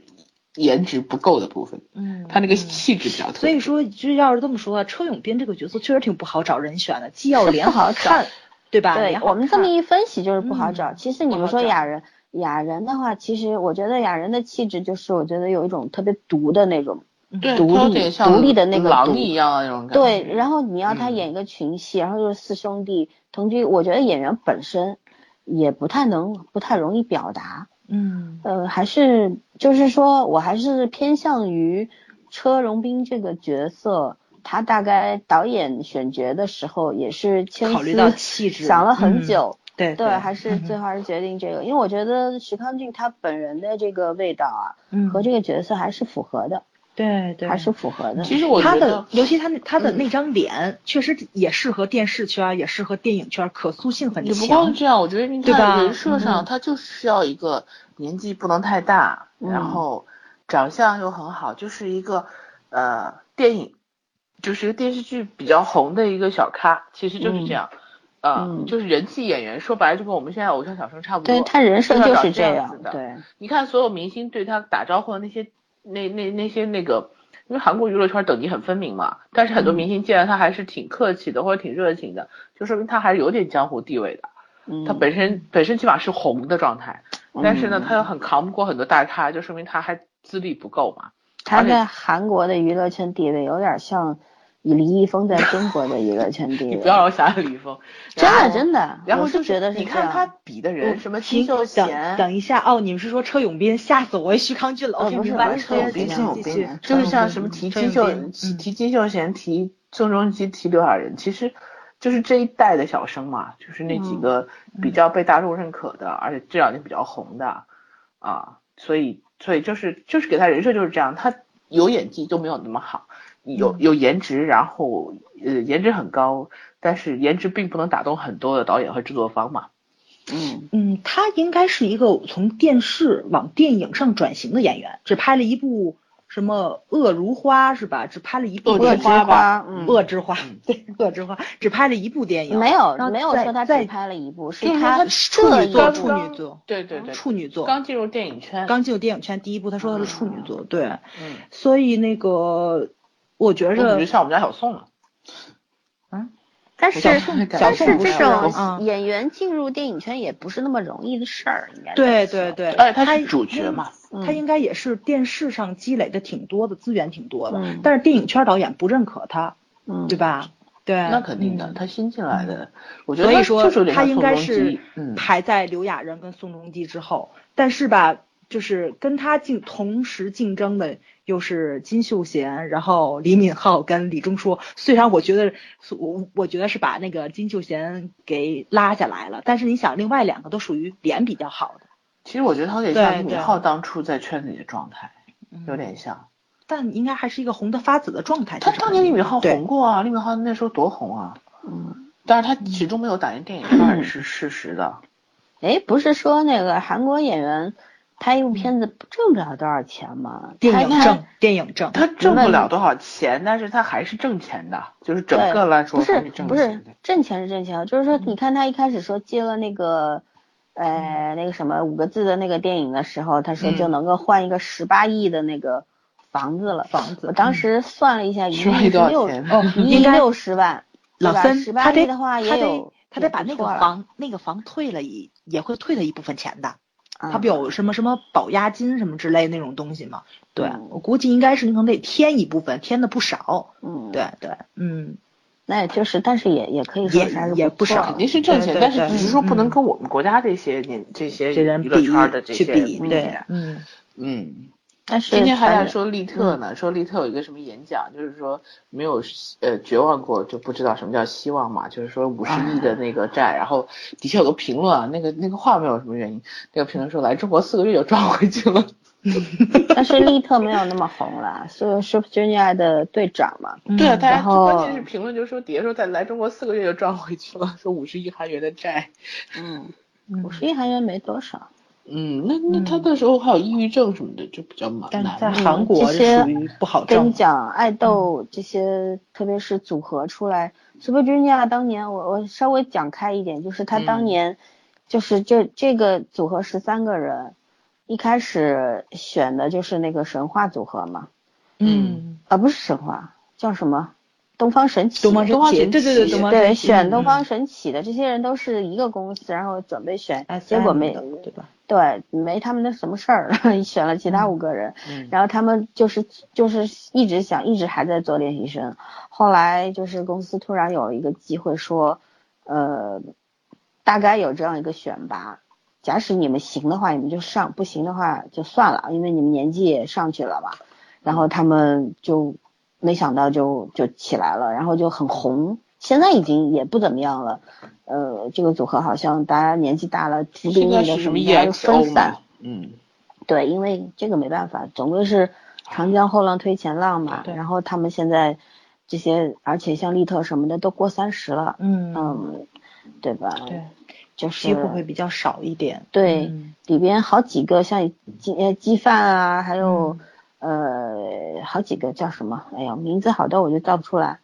颜值不够的部分，
嗯，
他那个气质比较特别。
所以说，就要是这么说，车永斌这个角色确实挺不好找人选的，既要脸好看，对吧？
对
脸好
我们这么
看
一分析就是不好找。
嗯
其实你
不
们
好
说
找
雅人，雅人的话，其实我觉得雅人的气质就是我觉得有一种特别毒的那种，
对，
独
他有
立
点像
独立的那个
狼
独
一样的那种感觉。
对，然后你要他
嗯
演一个群戏，然后就是四兄弟同居，我觉得演员本身也不太能，不太容易表达。
嗯
呃，还是就是说我还是偏向于车荣斌这个角色，他大概导演选角的时候也是千
考虑
思
到气质
想了
嗯
很久。
对嗯
对，还是最后还是决定这个，因为我觉得徐康俊他本人的这个味道啊，
嗯
和这个角色还是符合的。
对对，
还是符合的。
其实我
他
觉
的
得，，
尤其他那他的
嗯
那张脸，确实也适合电视圈，也适合电影圈，可塑性很
也不光
强
是。这样，我觉得你
对吧
看人设
嗯
上，他就是需要一个年纪不能太大，
嗯
然后长相又很好，就是一个呃电影，就是一个电视剧比较红的一个小咖，其实就是这样，啊，
嗯
就是人气演员，说白了就跟我们现在偶像小生差不多。
对他人设就是这样
要找这样子，的
对，
你看所有明星对他打招呼的那些那那那些那个，因为韩国娱乐圈等级很分明嘛，但是很多
嗯
明星见了他还是挺客气的或者挺热情的，就说明他还是有点江湖地位的。
嗯，
他本身本身起码是红的状态，但是呢，
嗯
他又很扛不过很多大咖，就说明他还资历不够嘛。
他
而且
在韩国的娱乐圈地位有点像李易峰在中国的娱乐圈地
你
位，
不要老想李易峰，
嗯真
然
的
后
真的，
然后
我
就是
觉得是
你
这
看
样
他比
嗯
的人，什么
停
金秀
等
贤，
等一下哦，你们是说车永斌？吓死我！徐康俊了
呃
，OK，
不是
明白
不
了。
是车
继
永斌
续
车
继
永斌
续
啊
就是
嗯
像什么提
车
金
永
秀
斌嗯
提金秀贤、提宋仲基、提刘亚仁，其实就是这一代的小生嘛，就是那几个比较被大众认可的，而且这两年比较红的啊，所以所以就是就是给他人设就是这样，他有演技都没有那么好，有
嗯
有颜值，然后呃颜值很高，但是颜值并不能打动很多的导演和制作方嘛。
嗯
嗯，他应该是一个从电视往电影上转型的演员，只拍了一部什么《恶如花》是吧？只拍了一部
恶
电
之
影
花
吧嗯
恶之花
嗯，
对，恶之花，只拍了一部电影，
没有
然后
没有
再
说他
再
只拍了一部，是
就是说
他
他
处
特
女
意
座，
刚
处女座，
对对对，
处女座，
刚进入电影圈，
刚进入电影圈第一部，他说他是处
哦
女座，对，
嗯，
所以那个我觉
那
着
你就像我们家小宋了。
但是
不像宋
小
但
宋
是
不
这
是嗯
种演员进入电影圈也不是那么容易的事儿，应该
对对对，
而且哎他是主角嘛，
他应该也是电视上积累的挺多的资源挺多的，
嗯
但是电影圈导演不认可他，
嗯
对吧？对，
那肯定的，
嗯
他新进来的，我觉得
所以说
就是有点
他
像
应
宋
该
仲
是
基，嗯，
排在刘亚仁跟宋仲基之后，但是吧，就是跟他竞同时竞争的又是金秀贤，然后李敏镐跟李钟硕。虽然我觉得我我觉得是把那个金秀贤给拉下来了，但是你想，另外两个都属于脸比较好的，
其实我觉得他有点像
对
李敏
对
镐当初在圈子里的状态，有点像。
嗯但应该还是一个红得发紫的状态。
他当年李敏镐
对
红过啊，李敏镐那时候多红啊，
嗯，
但是他始终没有打进电
(clears throat)
影圈是事实的。
哎，不是说那个韩国演员拍一部片子挣不了多少钱吗？
电
他
影
他
正，电影正，
他挣不了多少钱，但是他还是挣钱的，就是整
对
个来说
不是
还挣
不是
钱的。
挣钱是挣钱，就是说
嗯
你看他一开始说接了那个。呃，那个什么五个字的那个电影的时候，他说就
嗯
能够换一个十八亿的那个房子了。
房子
我当时算了一下，一
十八
亿
亿
是
多
六
少钱？
哦，
一亿
应该
六十万，
老三
十，八
他
亿
得
的话也
他得
有，
他得
也
把
不
那个
错了，
房那个房退了一也会退他一部分钱的，
啊
他不有什么什么保押金什么之类那种东西吗？对
嗯
我估计应该是你可能得添一部分，添的不少。
嗯，
对，对，嗯，
那也就是，但是也也可以说
也
是还是
也不
错
少
肯定是挣
对
钱，
对
但是
对
只是说不
嗯
能跟我们国家这些年这些
这人
娱乐
比
圈的这
去
些啊
比，
明
对
显，
嗯
嗯。
但是
今天还在
反正
说利特呢，说利特有一个什么演讲，就是说没有呃绝望过就不知道什么叫希望嘛，就是说五十亿的那个债，然后底下有个评论啊，那个那个话没有什么原因，那个评论说来中国四个月就赚回去了，
但是利特没有那么红了，是是 Junior 的队长嘛，
嗯
对啊，大家
然后
关键是评论就说底下说在来中国四个月就赚回去了，说五十亿韩元的债，
嗯，
嗯
五十亿韩元没多少，
嗯，那那他那时候还有抑郁症什么的，就比较蛮
但是
难
在
的。
嗯韩国
这些
是属于不好
跟你
挣。
讲，爱
嗯
豆这些，特别是组合出来，Super Junior 当年我我稍微讲开一点，就是他当
嗯
年就是这这个组合十三个人，一开始选的就是那个神话组合嘛，
嗯，
啊不是神话，叫什么？东方神起，
东方神
东方
起，
神
对对对，
起
东方
对，
神起
选东方
嗯
神起的这些人都是一个公司，然后准备选
嗯，
结果没
SM 的对吧？
对没他们的什么事儿， (laughs) 选了其他五个人，
嗯
然后他们就是就是一直想一直还在做练习生，后来就是公司突然有一个机会说，呃，大概有这样一个选拔，假使你们行的话，你们就上；不行的话就算了，因为你们年纪也上去了嘛。然后他们就没想到就就起来了，然后就很红，现在已经也不怎么样了。呃，这个组合好像大家年纪大了，不定
现在 E
义的
是什么
么大家就啊
EXO
分散
嘛，。嗯，
对，因为这个没办法，总归是长江后浪推前浪嘛。
对
然后他们现在这些，而且像利特什么的都过三十了，
嗯
嗯，对吧？
对，
就是
机会会比较少一点。
对、
嗯
里边好几个像鸡呃鸡饭啊，还有、
嗯
呃好几个叫什么？哎呀，名字好多我就叫不出来。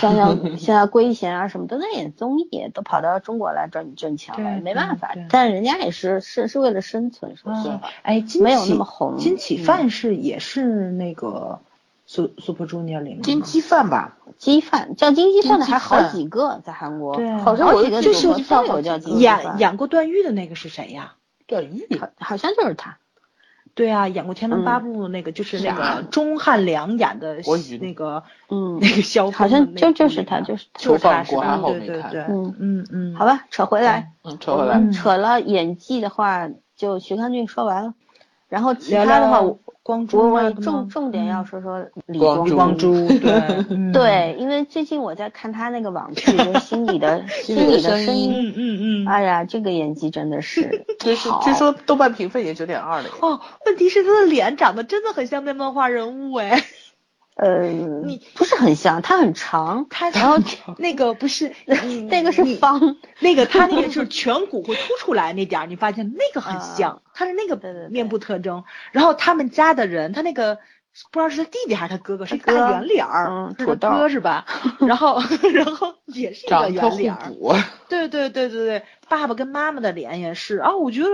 像
(laughs)
像像龟贤啊什么的，那也综艺都跑到中国来赚赚钱了，
对
没
对
办法
对。
但人家也是是是为了生存，说实
啊
话。，
哎，金
没有那
喜
么红
金喜
嗯
范是也是那个 Su- Super Junior 里面
金
吗
鸡饭吧，
鸡饭叫金鸡饭的
金鸡
还好
饭
几个，在韩国，
对啊
好
好
几
几
个
个
就
主
是
播都有叫金鸡
演
饭，
演过段誉的那个是谁呀？
段誉
好好像就是他。
对啊，演过《天龙八
嗯
部》那个就是
是
那
啊
个钟汉良演的
我晕
那个 (laughs)
嗯
那个萧峰的
好
那个
像
那
就
个
就是
演 (laughs)
他，
员
就
就
是他。
是
播放
他是
国
吧
安后
对
没
对
看
对，
嗯
嗯嗯，
好吧，扯回来，
嗯，扯回
我
来
嗯
们扯了演技的话，就许康俊说完了，然后其
聊
他
聊
的话，我
光洙
我
那
我
个
重
吗
重点要
嗯
说说李
光
光
洙
光洙，对
(laughs)
嗯
对，因为最近我在看他那个网剧，就是《心里的心里
里的
的
声
声
音
音
嗯》，嗯嗯。
哎呀，这个演技真的是
据说
好
据说豆瓣评分也九点二了耶，
哦，问题是他的脸长得真的很像那漫画人物哎，
呃
你
不是很像，他很长，
他 (laughs)
然 (laughs) 后
那个不是
(laughs) 那个是
哦嗯你
方，
那
(laughs)
个他那个就是颧骨会凸出来那点儿，你发现那个很
啊
像，他是那
对对对
个面部特征。然后他们家的人，他那个不知道是他弟弟还是他哥哥，是一
他
个
哥
大圆脸儿，
嗯
是
土
他
豆
哥是
(laughs)
吧？然后然后也是一个
长得特
圆
互
脸儿，
补，
对对对对对，爸爸跟妈妈的脸也是啊，我觉得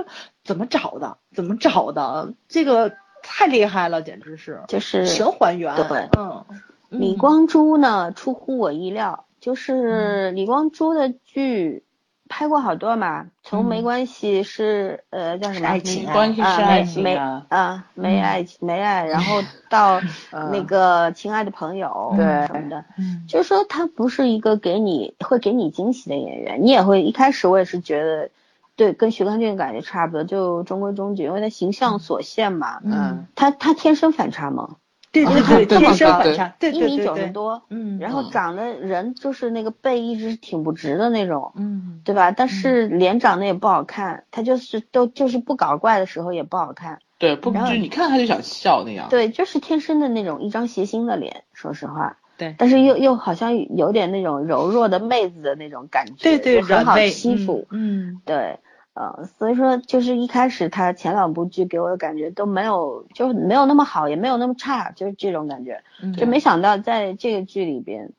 怎么找的，怎么找的，这个太厉害了，简直是
就是
全还原，
对
嗯，嗯
李光洙呢，出乎我意料，就是李光洙的剧拍过好多嘛，从《没
嗯
关系》是呃叫什
是
么？
爱
没
情啊，
(laughs) 关系
啊
是爱
没
情
没
啊，
啊没
嗯
爱没爱，然
(laughs)
后到
嗯
那个《亲爱的朋友》
对
什么的，
嗯
就是说他不是一个给你会给你惊喜的演员，你也会一开始我也是觉得。对，跟徐康俊感觉差不多，就中规中矩，因为他形象所限嘛，
嗯，
他他天生反差萌，
对对啊对，
对
天生
对对
反差，对
一
对
米
对
九十
对，
多，
嗯，
然后
嗯
长得人就是那个背一直挺不直的那种，
嗯
对吧？但是脸长得也不好看，他就是都就是不搞怪的时候也不好看，
对，不
然后
就你看他就想笑
哦
那样，
对，就是天生的那种一张邪心的脸，说实话。
对
但是又又好像有点那种柔弱的妹子的那种感觉，
对对
就很
软
好
妹，
欺负，
嗯，
对。呃，所以说就是一开始他前两部剧给我的感觉都没有，就是没有那么好，也没有那么差，就是这种感觉。
嗯，
就
嗯
没想到在这个剧里边，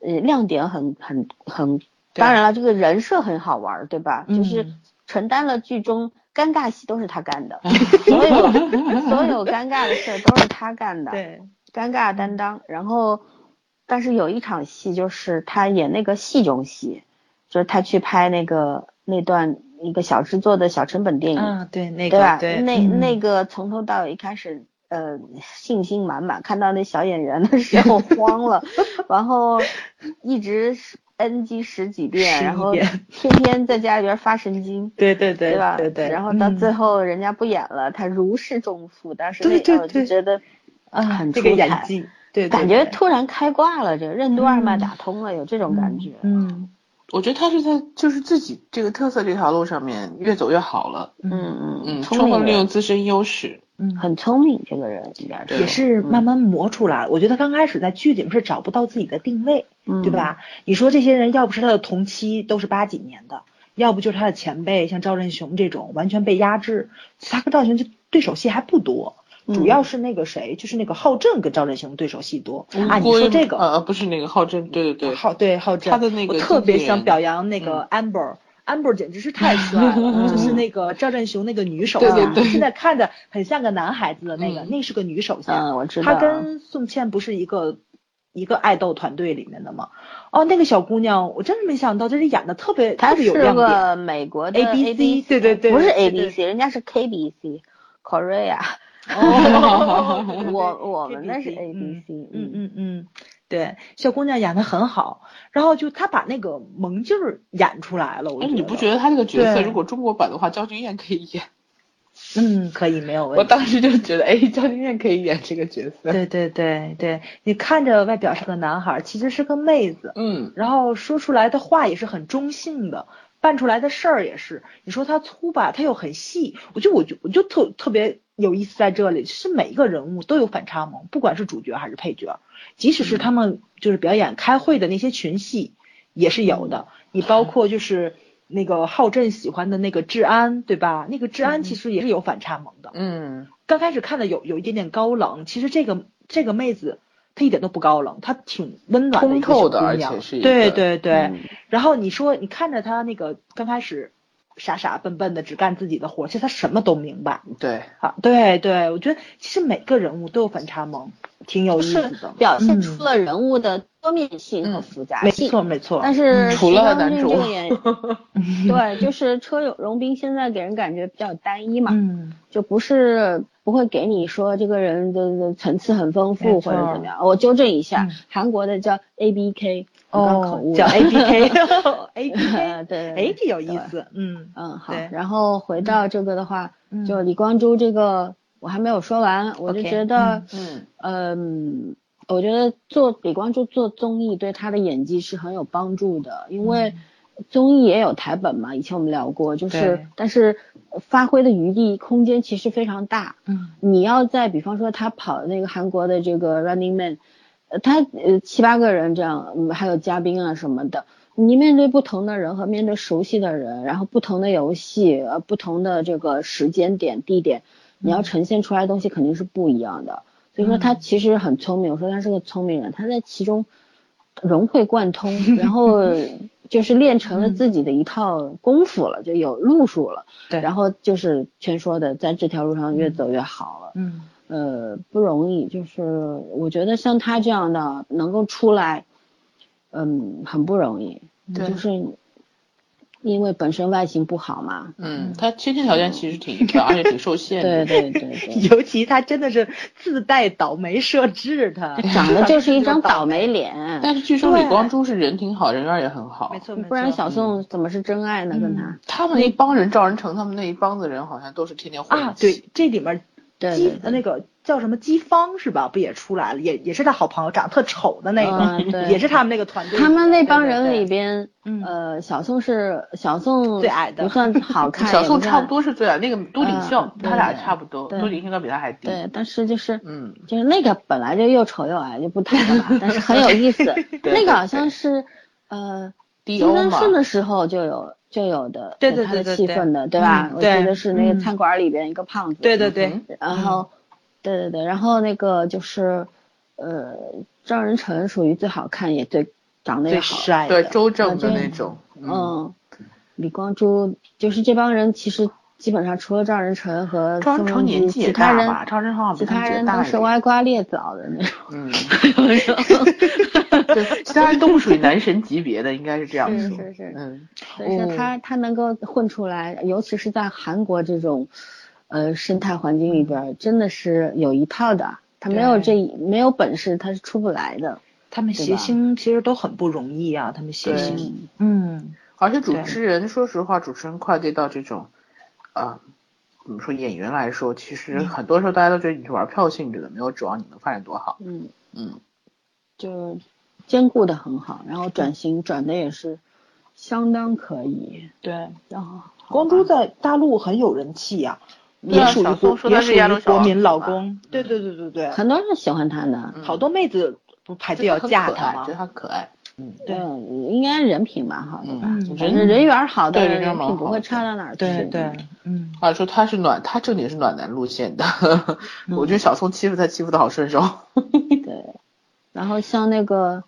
呃，亮点很很很，
对
当然了，这个人设很好玩儿，对吧？就是
嗯
承担了剧中尴尬戏都是他
(laughs)
干的，所有所有尴尬的事儿都是他干
(laughs)
的，
对，
尴尬担当。然后，但是有一场戏就是他演那个戏中戏，就是他去拍那个那段一个小制作的小成本电影，
嗯，对那
对吧
个，？对，
那
嗯
那个从头到尾开始，呃，信心满满，看到那小演员的时候慌
(laughs)
了，然后一直是 NG 十几遍，
11
然后
遍
天天在家里边发神经，
对对对
吧？
对对，
然后到
嗯
最后人家不演了，他如释重负，当时
对
那
对
个我就
对
觉得
啊，
很
这个
出
演
彩
技，对，对
感觉
对
突然开挂了，这个任督二脉
嗯
打通了，有这种感觉。
嗯
我觉得他是在就是自己这个特色这条路上面越走越好了，
嗯
嗯
嗯，
聪
充分利
明
用
人，
自身优势，
嗯，
很聪明这个人应该
对
也
是，
是
嗯
慢慢磨出来。我觉得刚开始在剧里面是找不到自己的定位，
嗯
对？吧？你说这些人要不是他的同期都是八几年的，要不就是他的前辈像赵振雄这种完全被压制，他跟赵振雄就对手戏还不多。
嗯
主要是那个谁，就是那个浩正跟赵振雄对手戏多
乌
啊。你
龟
说这个，
呃，不是那个浩真，对对对，
浩对浩正，
他的那个
我特别
经纪人嗯
想表扬那个 Amber。Amber 简直是太帅
(laughs)
了，就是那个赵振雄那个女手下，
对对对
现在看着很像个男孩子的那个，
嗯
那是个女手下。
嗯，我知
她
道。
跟宋茜不是一个一个爱豆团队里面的吗？哦，那个小姑娘，我真是没想到，就是演的特别
他
特
是
别有亮点。
个美国的
ABC
ABC，
对对对
不是
对对
ABC，人家是 KBC，Korea，
(laughs) 哦对对对
我
(laughs)
我们那是
ABC
ABC，
嗯嗯嗯，对，小姑娘演的很好，然后就她把那个萌劲儿演出来了，我
哎，
觉得。
你不觉得他这个角色
对
如果中国版的话，焦俊艳可以演？
嗯，可以，没有问
我
题。
当时就觉得，哎，焦俊艳可以演这个角色。
对对对对，你看着外表是个男孩儿，其实是个妹子，
嗯，
然后说出来的话也是很中性的，办出来的事儿也是。你说他粗吧，他又很细，我就我就我就特特别有意思在这里，是每一个人物都有反差萌，不管是主角还是配角，即使是他们就是表演开会的那些群戏也是有的。你包括就是那个浩震喜欢的那个治安，对吧？那个治安其实也是有反差萌的。
嗯
刚开始看的有有一点点高冷，其实这个这个妹子她一点都不高冷，她挺温暖的一个
通
小
透的
姑
而且
娘
是一
对
个
对对。
嗯
然后你说你看着她那个刚开始傻傻笨笨的，只干自己的活，其实她什么都明白。
对，
啊，对对，我觉得其实每个人物都有反差萌，挺有意
是
思的。
表现出了人物的多面性和复杂
嗯没
性。
错嗯没错，嗯
但是
除
徐
了
光
男
俊
主
这个
(laughs)
演员，对，就是车友荣斌现在给人感觉比较单一嘛，
嗯，
就不是不会给你说这个人的的层次很丰
没
富
错
或者怎么样。我纠正一下
嗯，
韩国的叫 A B K，刚口
哦，
误
叫
了
A B
(laughs)
K，A B
对
K，
对，对
哎，这有意思，嗯
嗯，好
对。
然后回到这个的话，
嗯
就李光洙这个我还没有说完，我就
OK，
觉得，
嗯
嗯，我觉得做李光洙做综艺对他的演技是很有帮助的，因
嗯
为综艺也有台本嘛，以前我们聊过，就是
对
但是发挥的余地空间其实非常大。
嗯
你要在比方说他跑那个韩国的这个 Running Man，呃，他呃七八个人这样，嗯还有嘉宾啊什么的，你面对不同的人和面对熟悉的人，然后不同的游戏，呃，不同的这个时间点、地点，你要呈现出来的东西肯定是不一样的。所以说他其实很聪明，我说他是个聪明人，他在其中融会贯通，然后就是练成了自己的一套功夫了，就有路数了。
对
然后就是全说的，在这条路上越走越好了。
嗯
呃，不容易，就是我觉得像他这样的能够出来，嗯，很不容易，
对
就是因为本身外形不好嘛。
嗯，他先天条件其实挺的，而且挺受限
对
的。
对对 (laughs) 对，
尤其他真的是自带倒霉设置， (laughs) 他
他长得就是一张倒霉脸，
但是据说
对
李光洙是人挺好，人缘也很好。
没错没错，
不然小宋怎么是真爱呢？跟他，
他们那帮人赵仁成他们那一帮子人好像都是天天混
啊
一，起
对，这里面
对
姬
对
那个叫什么姬芳是吧？不也出来了，也也是他好朋友，长得特丑的那
嗯
个，(laughs)
对
也是他们那个团队里
他
面，
们那帮
对
人里，
对对
边，
嗯
呃，小宋是小宋
最矮的
不算好看，
小
也
宋
算
啊
差不多是最矮，那个都领
嗯
袖，
对
他俩差不多，
对
都领应该比他还低。
对，但是就是
嗯，
就是那个本来就又丑又矮，就不谈了吧。但是很有意
(laughs)
思，那个好像是呃，
低
金
欧
三
嘛，
顺的时候就有就有的，
对
有
对
他
对
的
对
戏
对
份的，对吧？
嗯
我记
对
得是那个
嗯
餐馆里边一个胖子，
对对对，
嗯
然后对对对，然后那个就是呃，赵仁成属于最好看也最长得也
最
好，
帅
对
的，啊哦
周正的
嗯
那种，嗯，
嗯，李光洙就是这帮人其实。基本上除了赵仁成和
赵
宋
仁成
仲
年
基
纪
其
也
他
大
人
吧，赵仁成好像
其
比他
他
们姐
人
大
都
一
是
点
歪瓜裂枣的那种。
(laughs)
嗯， (laughs) 对，其他人都不属于男神级别的，应该是这样
是
说。
是是
嗯，
所以说他他能够混出来，尤其是在韩国这种呃生态环境里边
嗯
儿，真的是有一套的。他没有这一没有本事，他是出不来的。
他们
对
谐
吧
星其实都很不容易啊，他们谐
对
星，
嗯，
嗯，
而且主
对
持人，说实话，主持人快递到这种，啊、怎么说演员来说，其实
嗯
很多时候大家都觉得你是玩票性质的，没有指望你能发展多好。
嗯，
嗯，
就兼顾的很好，然后转型转的也是相当可以。
对，
然后
光洙在大陆很有人气呀、
对
也
啊
属于
小
国
松说
也
他
属
是亚洲
于
小
国
王
民
子
老
嘛
公，对对对对对，
很多人喜欢他
嗯
呢。
好多妹子不牌子要
很
嫁
可
他
爱
吗
觉得？他可爱。嗯，
对
嗯，应该人品蛮好的吧？
嗯
反正人缘儿好的
对人缘
人
蛮
品不
好
会
的
差到哪儿去。
对对，嗯，
啊，说他是暖，他正经是暖男路线的。
嗯
(laughs) 我觉得小松欺负他欺负的好顺 (laughs) 手。
对，然后像那个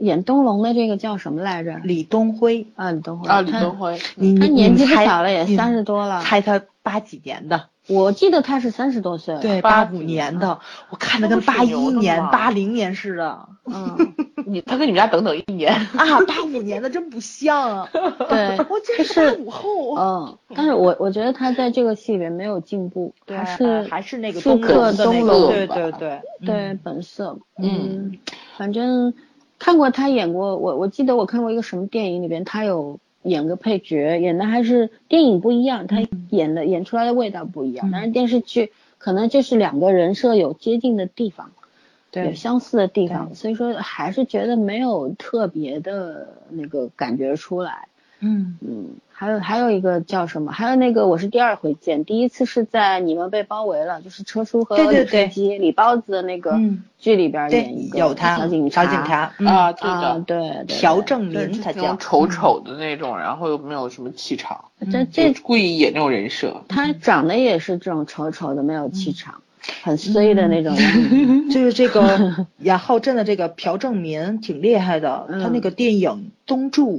演东龙的这个叫什么来着？
李东辉，
啊，李东辉。
啊，李
他
东辉，
你
他
你
年
你
纪不
猜
小了，也
你
三十多了。
猜他八几年的？
我记得他是三十多岁了。
对，
八
八五
几
年
年
的，我看着
那
跟
么水
八一
牛的
年、
吗
八零年似的啊，
嗯，
你他跟你们家等等一年。
八五年的真不像啊， (laughs)
对，
我这是八五后，
嗯，但是我我觉得他在这个戏里面没有进步，
对
还
呃
是
还是那个
是
东
克
龙的那
东
个，
龙
对
吧
对对
对
嗯
本色。
嗯
嗯，反正看过他演过，我我记得我看过一个什么电影里边，他有。演个配角，演的还是电影不一样，他演的、演出来的味道不一样。
嗯
但是电视剧可能就是两个人设有接近的地方，有
对
相似的地方，所以说还是觉得没有特别的那个感觉出来。
嗯
嗯，还有还有一个叫什么？还有那个我是第二回见，第一次是在你们被包围了，就是车叔和
对对
李司机李包子的那个
嗯
剧里边
对
演一，个
有他
小警
小警察嗯
啊，对
啊，
的，
对对对
朴正
对，
民
就
他
那
叫
种丑丑的那种，然后又没有什么气场，
这
嗯
这
就故意演那种人设。
他长得也是这种丑丑的，没有
嗯
气场，很衰的那种人。
就是这
(laughs)
个雅浩镇的这个朴正民挺厉害的，他那
嗯
个电影《东柱》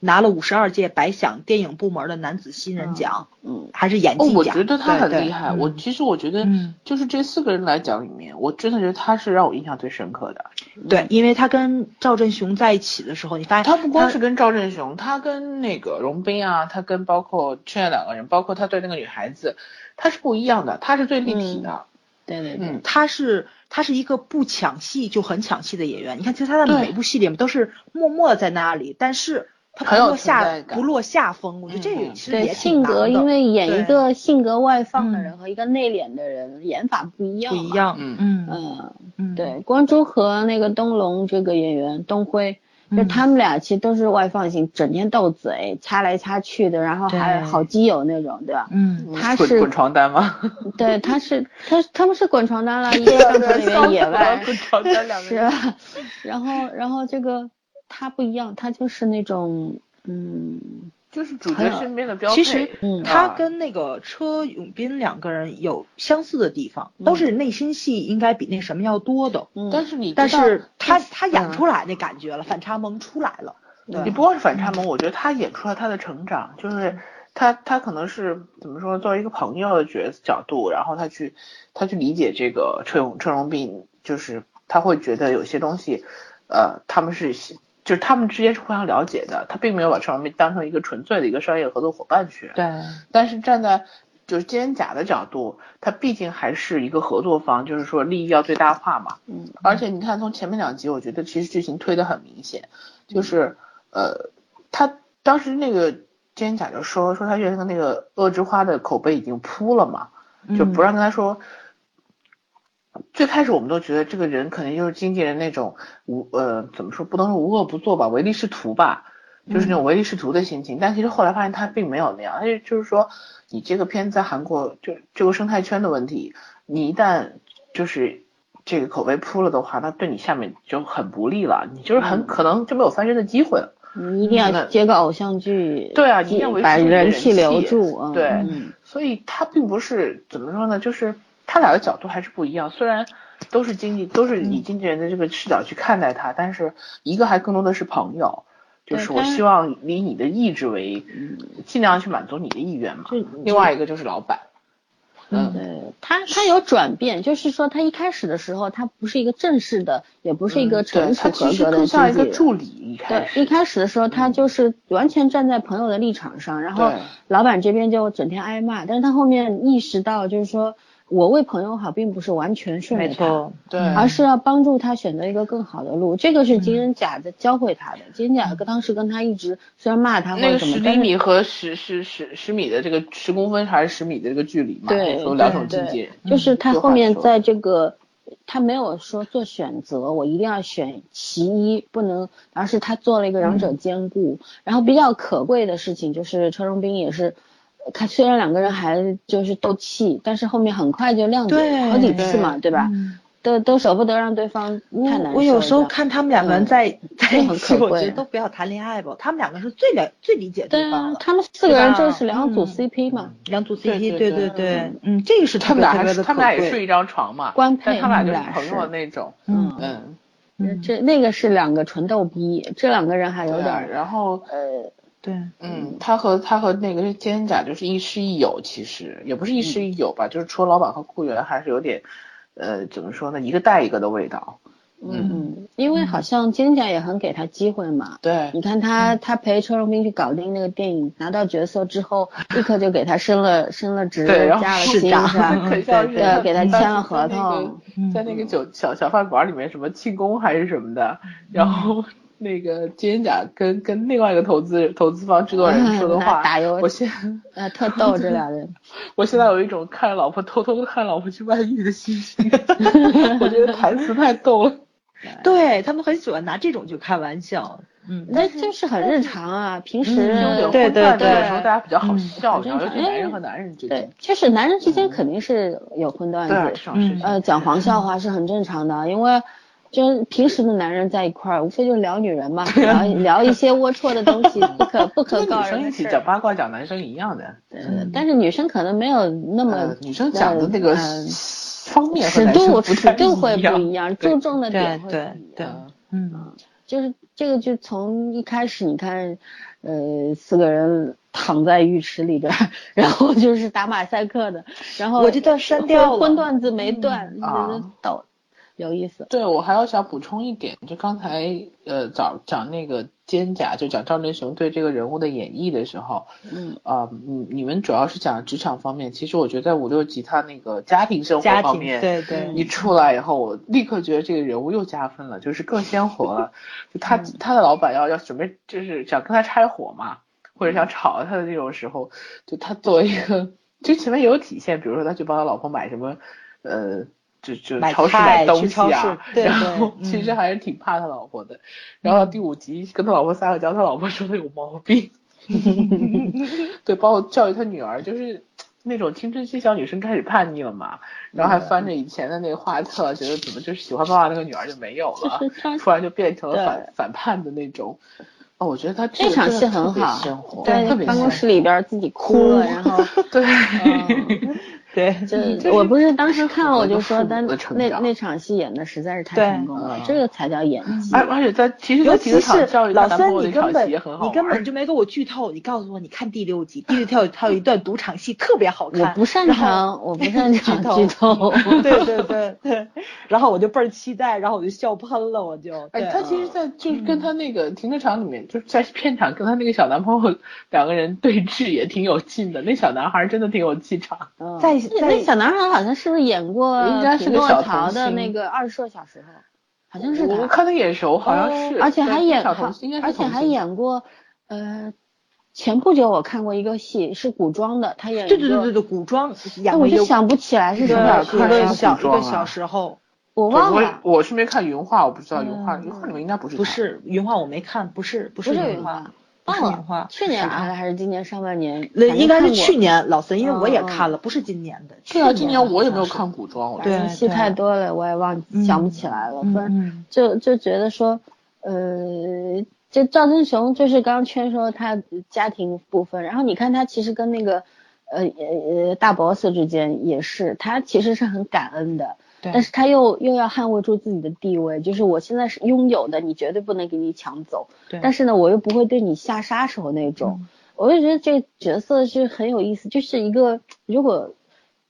拿了五十二届百想电影部门的男子新人奖， (laughs)
嗯
还是演
哦，
技
我
奖。
觉得他
对
很
对
厉害。
嗯
我其实我觉得
嗯，
就是这四个人来讲里面，我真的觉得他是让我印象最深刻的。
对，因为他跟赵振雄在一起的时候，你发现
嗯他不光是跟赵振雄，他跟那个荣斌啊，他跟包括剩下两个人，包括他对那个女孩子，他是不一样的，他是最立体的。
对对对，
嗯，
他是他是一个不抢戏就很抢戏的演员。你看，其实他在
对
每一部戏里面都是默默在那里，但是他不
很有
落
存
下
在感
不落下风。我觉得这
嗯
个
嗯
其实
对
也挺
性
难
格，
的
因为演一
对
个性格外放的人
嗯
和一个内敛的人，演法不一样。
不一。样。
嗯
嗯
嗯，
嗯，
对，光洙和那个东龙这个演员东辉，就
嗯
他们俩其实都是外放型，整天斗嘴，掐来掐去的，然后还
对
好基友那种，对吧？
嗯，
他
滚
是
滚床单吗？ (laughs)
对，他是他他们是滚床单了，一个帐篷里面野外
滚床单两个
是
人。
吧？然后然后这个他不一样，他就是那种嗯
就是主角身边的标配。
其实
嗯
他
啊
跟那个车永斌两个人有相似的地方，都是内心戏应该比那什么要多的，
嗯，
但是你知道
但是他他演
嗯
出来那感觉了，反差萌出来了。对嗯
你不光是反差萌，我觉得他演出了他的成长，就是他他可能是怎么说，作为一个朋友的角角度，然后他去他去理解这个车荣车荣斌，就是他会觉得有些东西，呃，他们是就是他们之间是互相了解的，他并没有把车荣斌当成一个纯粹的一个商业合作伙伴去。
对，
但是站在就是肩甲的角度，他毕竟还是一个合作方，就是说利益要最大化嘛。
嗯
而且你看，从前面两集，我觉得其实剧情推得很明显，就是呃，他当时那个真假就说说他原来那个恶之花的口碑已经扑了嘛，
嗯
就不让跟他说。最开始我们都觉得这个人肯定就是经纪人那种无呃怎么说不能说无恶不作吧，唯利是图吧，就是那种唯利是图的心情。但其实后来发现他并没有那样，他就就是说你这个片在韩国就这个生态圈的问题，你一旦就是这个口碑扑了的话，那对你下面就很不利了，你就是很可能就没有翻身的机会了。
嗯你一定要接个偶像剧，
嗯对啊你
记
一定要维持
把
住
人
人
气留
气
住啊，嗯
对
嗯
所以他并不是怎么说呢，就是他俩的角度还是不一样。虽然都是经济，都是
嗯
以经纪人的这个视角去看待他，但是一个还更多的是朋友，就
对
是我
他嗯
希望以你的意志为，尽量去满足你的意愿嘛。
就
另外一个就是老板，
嗯
嗯，
对他，他有转变，就是说他一开始的时候，他不是一个正式的，也不是一个成
嗯对
熟
他
合
其实
格的经
更像一
纪
个
人。
助理，一开
对，一
始，
开始的时候，他就是完全站在朋友的立场上，然后
对
老板这边就整天挨骂，但是他后面意识到，就是说我为朋友好，并不是完全顺着
没
他，
错，
对
嗯
而是要帮助他选择一个更好的路。这个是
嗯
金人甲的教会他的，金人甲跟当时跟他一直虽然骂他或
那
者
个
什么
十，厘
但是
米和十十十十米的这个十公分还是十米的这个距离嘛，
对
有两
对
种经纪
对
人。
嗯
就是他
这
后
话
面
说
在这个，他没有说做选择，我一定要选其一，不能，而是他做
嗯
了一个两者兼顾。然后比较可贵的事情就是车荣斌也是，呃他虽然两个人还就是斗气，但是后面很快就谅解
对
好几次嘛，对吧？
嗯
都都舍不得让对方
我
太难受。
我有时候，看他们两个人在、在一起，
很可
我
贵
觉得都不要谈恋爱吧，他们两个是最了最理解
对
方
啊，
了。
他们四个人
对吧
就是两组
嗯
CP 嘛，
两组 CP，
对
对
对
对
对
嗯，这个是
他
特
们
别
俩
特
还
别
是
的
他
可
们俩也睡
贵。
一张床嘛，
官配
但他
嗯
们俩
俩
就是朋友
是
的那种，
嗯
嗯，
嗯
这那个是两个纯逗逼，这两个人还有
对
点
啊
儿、
然后
呃。
对，
嗯，他和他和那个奸甲就是亦师亦友，其实也不是亦
嗯
师亦友吧，就是除了老板和雇员还是有点，呃，怎么说呢，一个带一个的味道，
嗯，因为好像金甲也很给他机会嘛。
对
你看他，他陪车荣斌去搞定那个电影，拿到角色之后，立刻就给他升了升了职，
对，然后
加了
是
薪，
长
是
(laughs)
吧？
很嗯像是
对
像
嗯给他
当时
签了
在
合
那个
同嗯
在那个酒小小饭馆里面什么庆功还是什么的，然后那个奸甲跟跟另外一个投资投资方制作人说的话，
嗯打油
我现
呃，特逗这俩人。
我现在有一种看着老婆偷偷看老婆去外遇的心 (laughs) 情，我觉得台词太逗了。
对他们很喜欢拿这种去开玩笑，嗯，
那就是很日常啊，平时
嗯
有点
对
混蛋
对
的
对
时候，大家比较好
嗯
笑，
很正
然后尤
常
其男人和男人之
对
间，，
就是男人之间
嗯
肯定是有混段
对，啊嗯
子
这，种事情。
呃，讲黄笑话是很正常的，因为就是平时的男人在一块儿，无非就是聊女人
(laughs)
嘛，聊聊一些龌龊的东西，不可不可
跟
告
女生
人
一
的
起
事
讲
儿。
八卦，讲男生一样的。
对对对但是女生可能没有那么
呃，女生讲的那个
呃
方面和
尺
男生
度，
不太
尺度会
一
不
样。
一样，
对
注重的点会
对
不一
对
样。
嗯
就是这个，就从一开始，你看，呃，四个人躺在浴池里边儿， (laughs) 然后就是打马赛克的，然后
我这段删掉了
荤段子没断，就觉得
啊
逗，有意思。
对，我还要想补充一点，就刚才呃讲讲那个肩胛，就讲赵振雄对这个人物的演绎的时候，
嗯，
啊、你你们主要是讲职场方面，其实我觉得在五六集他那个家庭生活
家
方
庭
面，
对对
一出来以后，我立刻觉得这个人物又加分了，就是更鲜活了。就
嗯
他他的老板要要准备，就是想跟他拆伙嘛，或者想炒他的这种时候，就他作为一个，就前面也有体现，比如说他去帮他老婆买什么，呃，就就
买
超市
菜
买东
去
西
超
啊
市，对
然后
对
其实
嗯
还是挺怕他老婆的。然后第五集跟他老婆撒个娇，他老婆说他有毛病，对，包括教育他女儿，就是那种青春期小女生开始叛逆了嘛，然后还
嗯
翻着以前的那个画册，觉得怎么就是喜欢爸爸那个女儿就没有
(laughs)
了
就是，他
突然就变成了反
对
反叛的那种。哦，我觉得他这
这
个
场
真的
戏
特
很
别
好
鲜活，
在
特别
办公
鲜
室里边儿自己哭了，
哭
然
(laughs)
后
活
(laughs)
对，
嗯
对，
这我不是当时看我就说，
这是
但
我的成
那
长
那场戏演的实在是太
对
成功了
嗯，
这个才叫演技。
而而且在其实在
尤
第
其是
一场教育她
老
男
三
朋，友
你
那场
根本
戏也很好
你根
玩
本就没给我剧透，你告诉我你看第六集，第六集它有它有一段赌场戏特别好看，
我不擅
然后
(laughs) 长，我不擅长
透
剧 (laughs) 透。嗯
对对对对，然后我就倍儿期待，然后我就笑喷了，我就。
哎，
对啊嗯
她其实，在就是跟她那个停车场里面，就是在片场跟她那个小男朋友两个人对峙，也挺有劲的。那小男孩真的挺有气场，
嗯
在
那
在
那小男孩好像是不是演过
应该是
匹
个
诺
小
曹
童
的
星
那个二硕小时候，好像是
我
他，
看他眼熟，好像是，
而且还演，
小童星应该是
而且
童
还
星
演过，呃，前不久我看过一个戏是古装的，他演一
对对对
个
对对，古装
哎，
演过
我
一
就
个
想不起来是
一
什
哪
么
儿
个
戏
一个
看的
了
呀，
小一
古装
个
啊
小时候，
我
对
忘
我
了，
我是没看云画，我不知道云画，
嗯
云画里面应该不是
不
他，
是云画，我没看，不是不
不
是
是云
画
画，，
不是
忘
云画
了，，去年
啥
拍的还是今年上半年？
那
反正
应该是
看过嗯
去。年老三，因为我也
嗯嗯
看了，不是今年的。
对啊，今年我也没有
好像
看古装，我
反
对
正戏太多了，我也忘
嗯
想不起来了。
是。嗯
不是，
嗯
就就觉得说，呃，就赵真雄就是刚刚圈说他家庭部分，然后你看他其实跟那个呃呃呃大 boss 之间也是，他其实是很感恩的，
对
但是他又又要捍卫住自己的地位，就是我现在是拥有的，你绝对不能给你抢走，
对嗯
但是呢，我又不会对你下杀手那种，我就觉得这个角色是很有意思，就是一个如果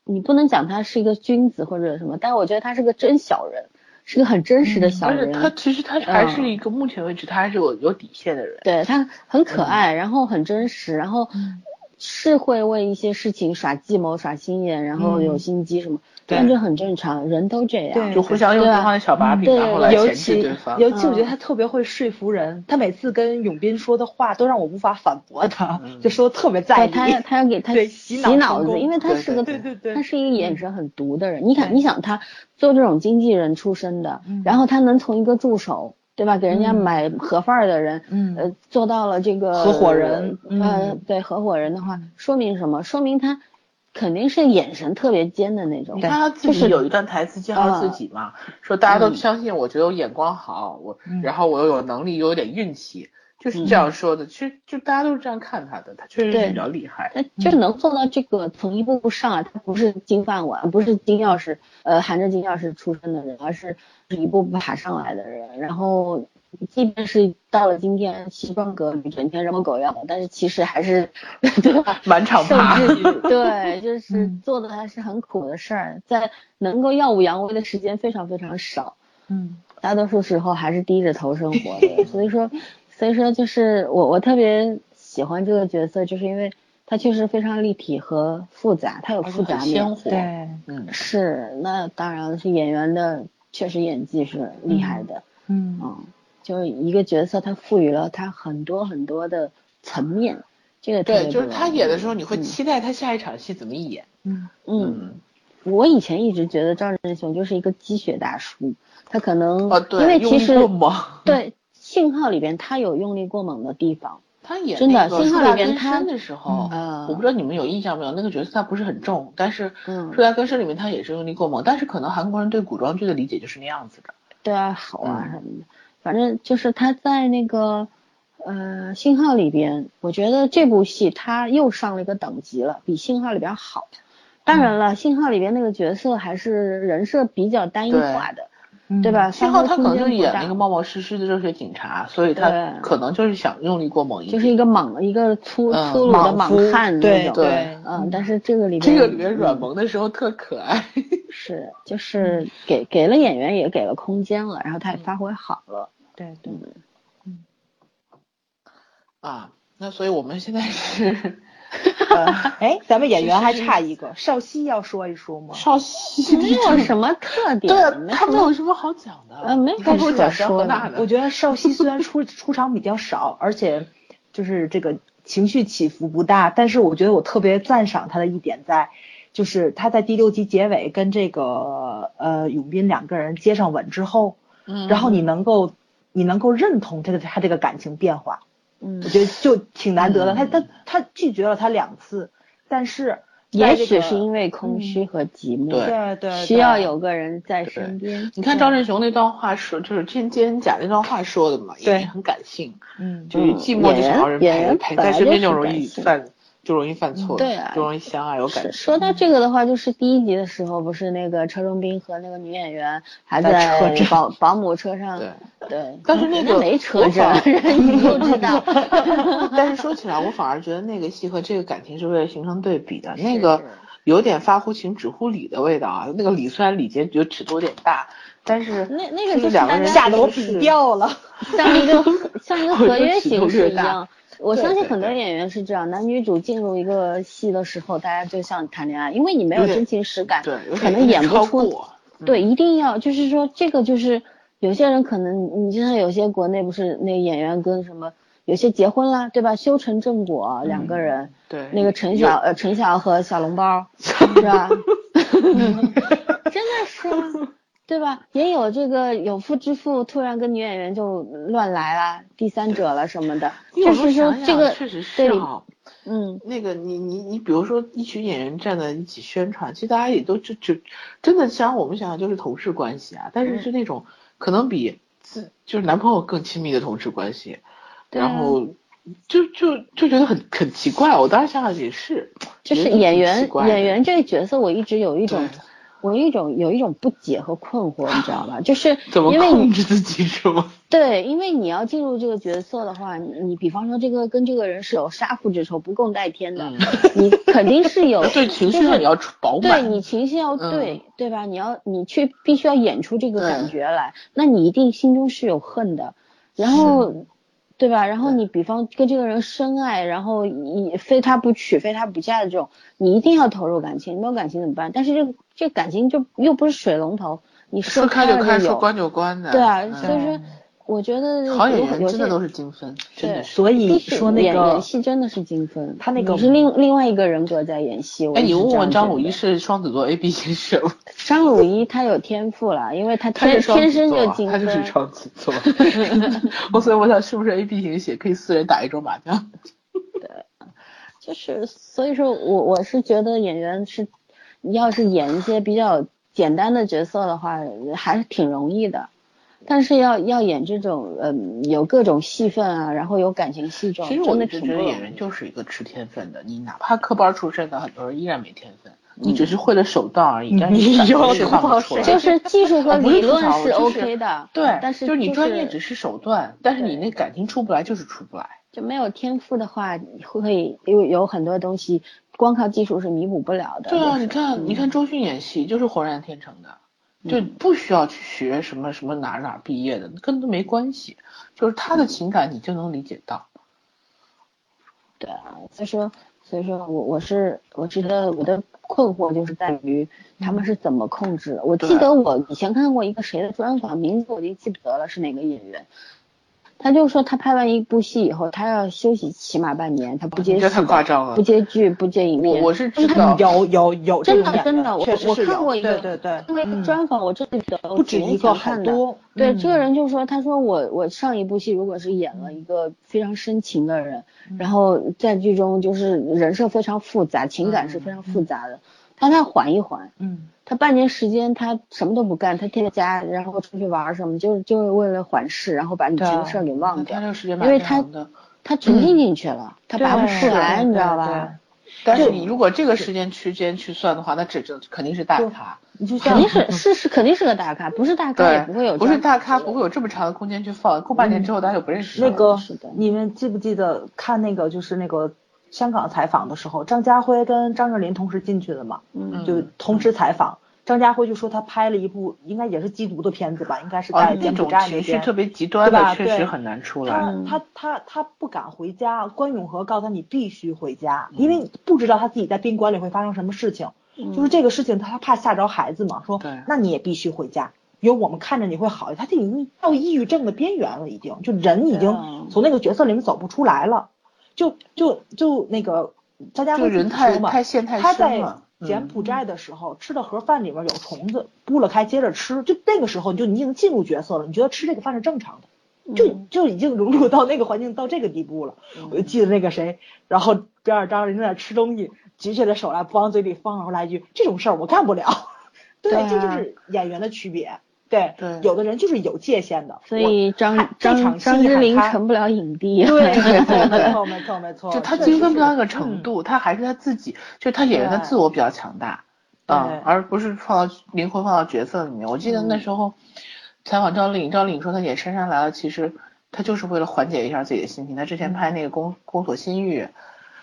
你不能讲他是一个君子或者什么，但我觉得他是个真小人，是个很真
嗯
实的小
而
人。嗯
且他其实他还是一个目前为止他还是有有底线的人，
对他很
嗯
可爱，然后很真实，然后是会为一些事情耍计谋、耍心眼，然后有
嗯
心机什么，
对
但这很正常，人都这样。
对
就互相用
对啊
对方的小把柄，
对
然后来
尤
钳制
其
对方。
尤其我觉得他特别会说服人，他每次跟永斌说的话都让我无法反驳他，(laughs)
嗯
就说的特别在
对
意。
他要他要给他
对洗
洗
脑成
脑子，
功
因为他
对
是
对
个
对对对嗯
他是一个眼神很毒的人。你看
对
你想他做这种经纪人出身的
嗯，
然后他能从一个助手。对吧？给人家
嗯
买盒饭的人，
嗯
呃，做到了这个
合伙人
呃
嗯，
对合伙人的话，说明什么？说明他肯定是眼神特别尖的那种
你。看他自己有一段台词介绍
嗯
自己嘛，说大家都相信我，觉得我眼光好，我
嗯
然后我又有能力，又有点运气，就是这样说的。其实就大家都是这样看他的，他确实是
嗯对
比较厉害。
他就是能做到这个从一步步上来，他不是金饭碗，不是金钥匙，呃，含着金钥匙出生的人，而是一步步爬上来的人。然后，即便是到了今天西装革履，整天人模狗样的，但是其实还是，对吧？
满场
受
爬，
制于对，就是
嗯
做的还是很苦的事儿，在能够耀武扬威的时间非常非常少。
嗯，
大多数时候还是低着头生活
(laughs)
的，所以说，所以说就是我我特别喜欢这个角色，就是因为他确实非常立体和复杂，他有
而且
复
很
杂
鲜
面。
活。
对，
嗯，
是，那当然是演员的，确实演技是厉害的，
嗯
嗯，就是一个角色他赋予了他很多很多的层面，这个特别
对，
不
就是他演的时候，
容易
你会期待他下一场戏怎么演。
嗯，
嗯，
嗯，
我以前一直觉得赵振雄就是一个鸡血大叔，他可能
哦，对，
因为
幽
(laughs) 其实
默嘛，
对，信号里边它有用力过猛的地方，
他演
真的
那个
信号
树大
里边
根
他
深的时候，
嗯
我不知道你们有印象没有，那个角色他不是很重，但是
嗯
《树大根深》里面他也是用力过猛，但是可能韩国人对古装剧的理解就是那样子的。
对啊，好啊
嗯
什么的，反正就是他在那个呃信号里边，我觉得这部戏他又上了一个等级了，比信号里边好。当然了，信号里边那个角色还是人设比较单一
对
化的，
嗯
对吧？
幸
发
好
挥
他可能
空
就
间不
演
大
了一个冒冒失失的热血警察，所以他
对
可能就是想用力过猛一点。
就是一个莽一个粗
嗯
粗鲁的莽
夫
汉那
对
种，
对
嗯，但是这个里边
这个里面软
嗯
萌的时候特可爱。 (laughs)
是，就是给给了演员也给了空间了，然后他也
嗯
发挥好了。
对对
嗯，
啊，那所以我们现在是
(laughs) 哎，咱们演员还
其实
差一个，邵曦要说一说吗？
少熙，
没有什么特点，
对啊，
没
他
什
没嗯
么
有什么好讲的。
呃没有
你还不
什么
如讲
可
张
说
和
的
娜呢
我。觉得邵曦虽然出 (laughs) 出场比较少，而且就是这个情绪起伏不大，但是我觉得我特别赞赏他的一点在，就是他在第六集结尾跟这个呃永斌两个人接上吻之后，
嗯
然后你能够你能够认同他的他这个感情变化，
嗯
我，觉得就挺难得的。他
嗯
他他拒绝了他两次，但是在
也
这
许
个
是因为空虚和寂寞，
嗯对
对对
需要
对
有个人在身边。
你看张振雄那段话说，就是今天贾那段话说的嘛，
对
也很感性，
嗯
就是寂寞这小让人
演员
陪
演员本
陪在
来
身边就
就是
容
感
易
性
犯，就容易犯错，
对啊
就容易相爱有感嗯
是
情。
说到这个的话，就是第一集的时候，不是那个车中斌和那个女演员还
在
在
车
保保姆车上，
对，
对，
但是那
人
个
家没车
我
震
反，
你就知
(laughs)
道，
但是说起来，我反而觉得那个戏和这个感情是为了形成对比的，那
是
个有点发乎情止乎礼的味道啊。那个礼虽然礼节觉得尺度有点大，但是
那那个
就
就是是
两个人
大
吓
家
得我笔掉了。
像一个像一个合约形式一样。我
对
相信
对
很多
对
演员是这样，男女主进入一个戏的时候，大家就像谈恋爱，因为你没有
有点
真情实感，
对，有
可
点
能演不
超
出。
过。
对，一定要就是说这个就是有些人可能你就像有些国内不是那个演员跟什么有些结婚啦，对吧？修成正果两个人，
对，
那个陈晓呃陈晓和小笼
(laughs)
包是吧？真的是啊，对吧？也有这个有妇之夫突然跟女演员就乱来啦，第三者了什么的，
你有
就
时候
是说
哎想
这
想
个
确实是
对
哈。
嗯，
那个你你你，比如说一群演员站在一起宣传，其实大家也都就就真的像我们想想就是同事关系啊，但是
嗯
是那种、可能比自就是男朋友更亲密的同事关系，
对啊
然后就就就觉得很很奇怪。我当时想想也是，
就是
觉得挺
演
奇
员
怪的
演员这个角色，我一直有一种
对。
我有一种有一种不解和困惑，你知道吧？就是
(laughs) 怎么
因为
控
你
制自己
(laughs)
是吗？
对，因为你要进入这个角色的话，你你比方说这个跟这个人是有杀父之仇，不共戴天的，
嗯，
你肯定是有
(laughs) 对情绪
就是
上也要出饱
对
满。
你情绪要
嗯
对，对吧？你要你去必须要演出这个
对
感觉来，那你一定心中是有恨的，然后，对吧？然后
对
你比方跟这个人深爱，然后你非他不娶、非他不嫁的这种，你一定要投入感情，你没有感情怎么办？但是这个这个感情就又不是水龙头，你
说
开
开
了
就开，说
有，
关就关的。
对啊，
嗯
所以说我觉得
好
有
演
很
员
有
真的
些
都是精分，真的
对
是。
所以
必须
说那
演
个
演戏真的是精分，
他那个
你是另另外一个人格在演戏。我
哎，
一
你
直
问
这
问
样
张
觉
鲁
得
一是双子座 A B 型
(laughs)
什么？
张鲁一他有天赋了，因为他
他
天
是双
天
子
生
座
就
啊，
精
他就是
分。
双子座。我所以我想是不是 A B 型血可以四人打一桌麻将？
就是所以说我我是觉得演员是，要是演一些比较简单的角色的话，还是挺容易的。但是要要演这种嗯有各种戏份啊，然后有感情戏这种，
其实我
真
一
的
直
挺
觉
不
得
容
演员
易。
就是一个吃天分的，你哪怕科班出身的，很多人依然没天分，你
嗯
只是会了手段而已，
(laughs)
但是感
又
觉是
吐
看
槽
不
谁
出来。
就是技术和
我不是
理
吐
论
槽
是
就是
OK 的，
对，
但是
就
就是
你专业只是手段，但是你
对
那感情出不来就是出不来。
就没有天赋的话，会有有很多东西光靠技术是弥补不了的。
对
就 (laughs)
啊，
是
你看，你看周迅演戏就是浑然天成的，就不需要去学什么什么哪儿哪儿毕业的，跟都没关系，就是她的情感你就能理解到。
对啊，所以说，所以说我我是我觉得我的困惑就是在于他
嗯
们是怎么控制的。我记
对
得我以前看过一个谁的专访，名字我已经记不得了，是哪个演员。他就说他拍完一部戏以后，他要休息起码半年，他不接
你
戏
这
的，
太夸张了
啊
不。接剧，不接影
我
片。
我是知
嗯
道，
有有有这
真
种
的
演
真的，我
确实
我
是
看
有
过一个，
对对对，
因为
嗯
专访，我这里的
不止一个，好
看的。
多。
对，
嗯
这个人就说，他说我我上一部戏如果是演了一个非常深情的人，
嗯
然后在剧中就是人设非常复杂，情感是非常复杂的，但他缓一缓，
嗯，
他半年时间他什么都不干，他天天在家，然后出去玩儿什么，就是就是为了缓释，然后把以前的
对嗯
事儿给忘掉
他，这个时间
因
蛮
为他
长的。
他沉浸进去了，他拔不
对
出来，
对
你知道
对
(laughs) 吧？
但是你如果这个时间区间去算的话，那这这肯定是大
就
咖，
你就像
肯定是是是肯定是个大咖，不是大咖也
对，
不会有
不
这
是
样
大咖不会有这么长的空间去放，过半年之后大家就不认识了。
那个
是的，
你们记不记得看那个就是那个香港采访的时候，张家辉跟张智霖同时进去的嘛，
嗯
就
嗯
同时采访。张家辉就说他拍了一部应该也是缉毒的片子吧，应该是
啊
在，
那
柬埔
种
寨那
情绪
边。
特别极端
对吧
的，确
对
实很难出来。
他他他他不敢回家，关永和告诉他你必须回
嗯
家，因为不知道他自己在宾馆里会发生什么事情。
嗯
就是这个事情，他怕吓着孩子嘛，说
对
那你也必须回家，因为我们看着你会好。他这已经到抑郁症的边缘了，已经就人已
对
经
啊
嗯
从那个角色里面走不出来了，就就就那个张家
就
辉自
人
己
太
说嘛，
太陷太
他
深
在
了。嗯
柬埔寨的时候吃的盒饭里面有虫子，拨了开接着吃，就那个时候你就你已经进入角色了，你觉得吃这个饭是正常的。
嗯
就就已经融入到那个环境到这个地步了。我
嗯
就记得那个谁，然后边上张人在那吃东西，举起来手来不往嘴里放，然后来一句这种事儿我干不了。 (laughs) 对，
对啊
这就是演员的区别。对，
对
有的人就是有界限的。
所
(laughs)
以
看
张
这场
张
戏
张智
很
霖
嗨
成不了影帝
我，对，没错没错没
(laughs)
错没错，
就他
哦确
精
实
分不
是嗯
到那个程度，他还是他自己，就他演员他
对
自我比较强大，
对嗯
嗯，而不是放到灵魂放到角色里面。我记得那时候采访赵丽颖，赵丽颖说她演姗姗来了，其实她就是为了缓解一下自己的心情。她之前
嗯
拍那个宫《宫锁心玉》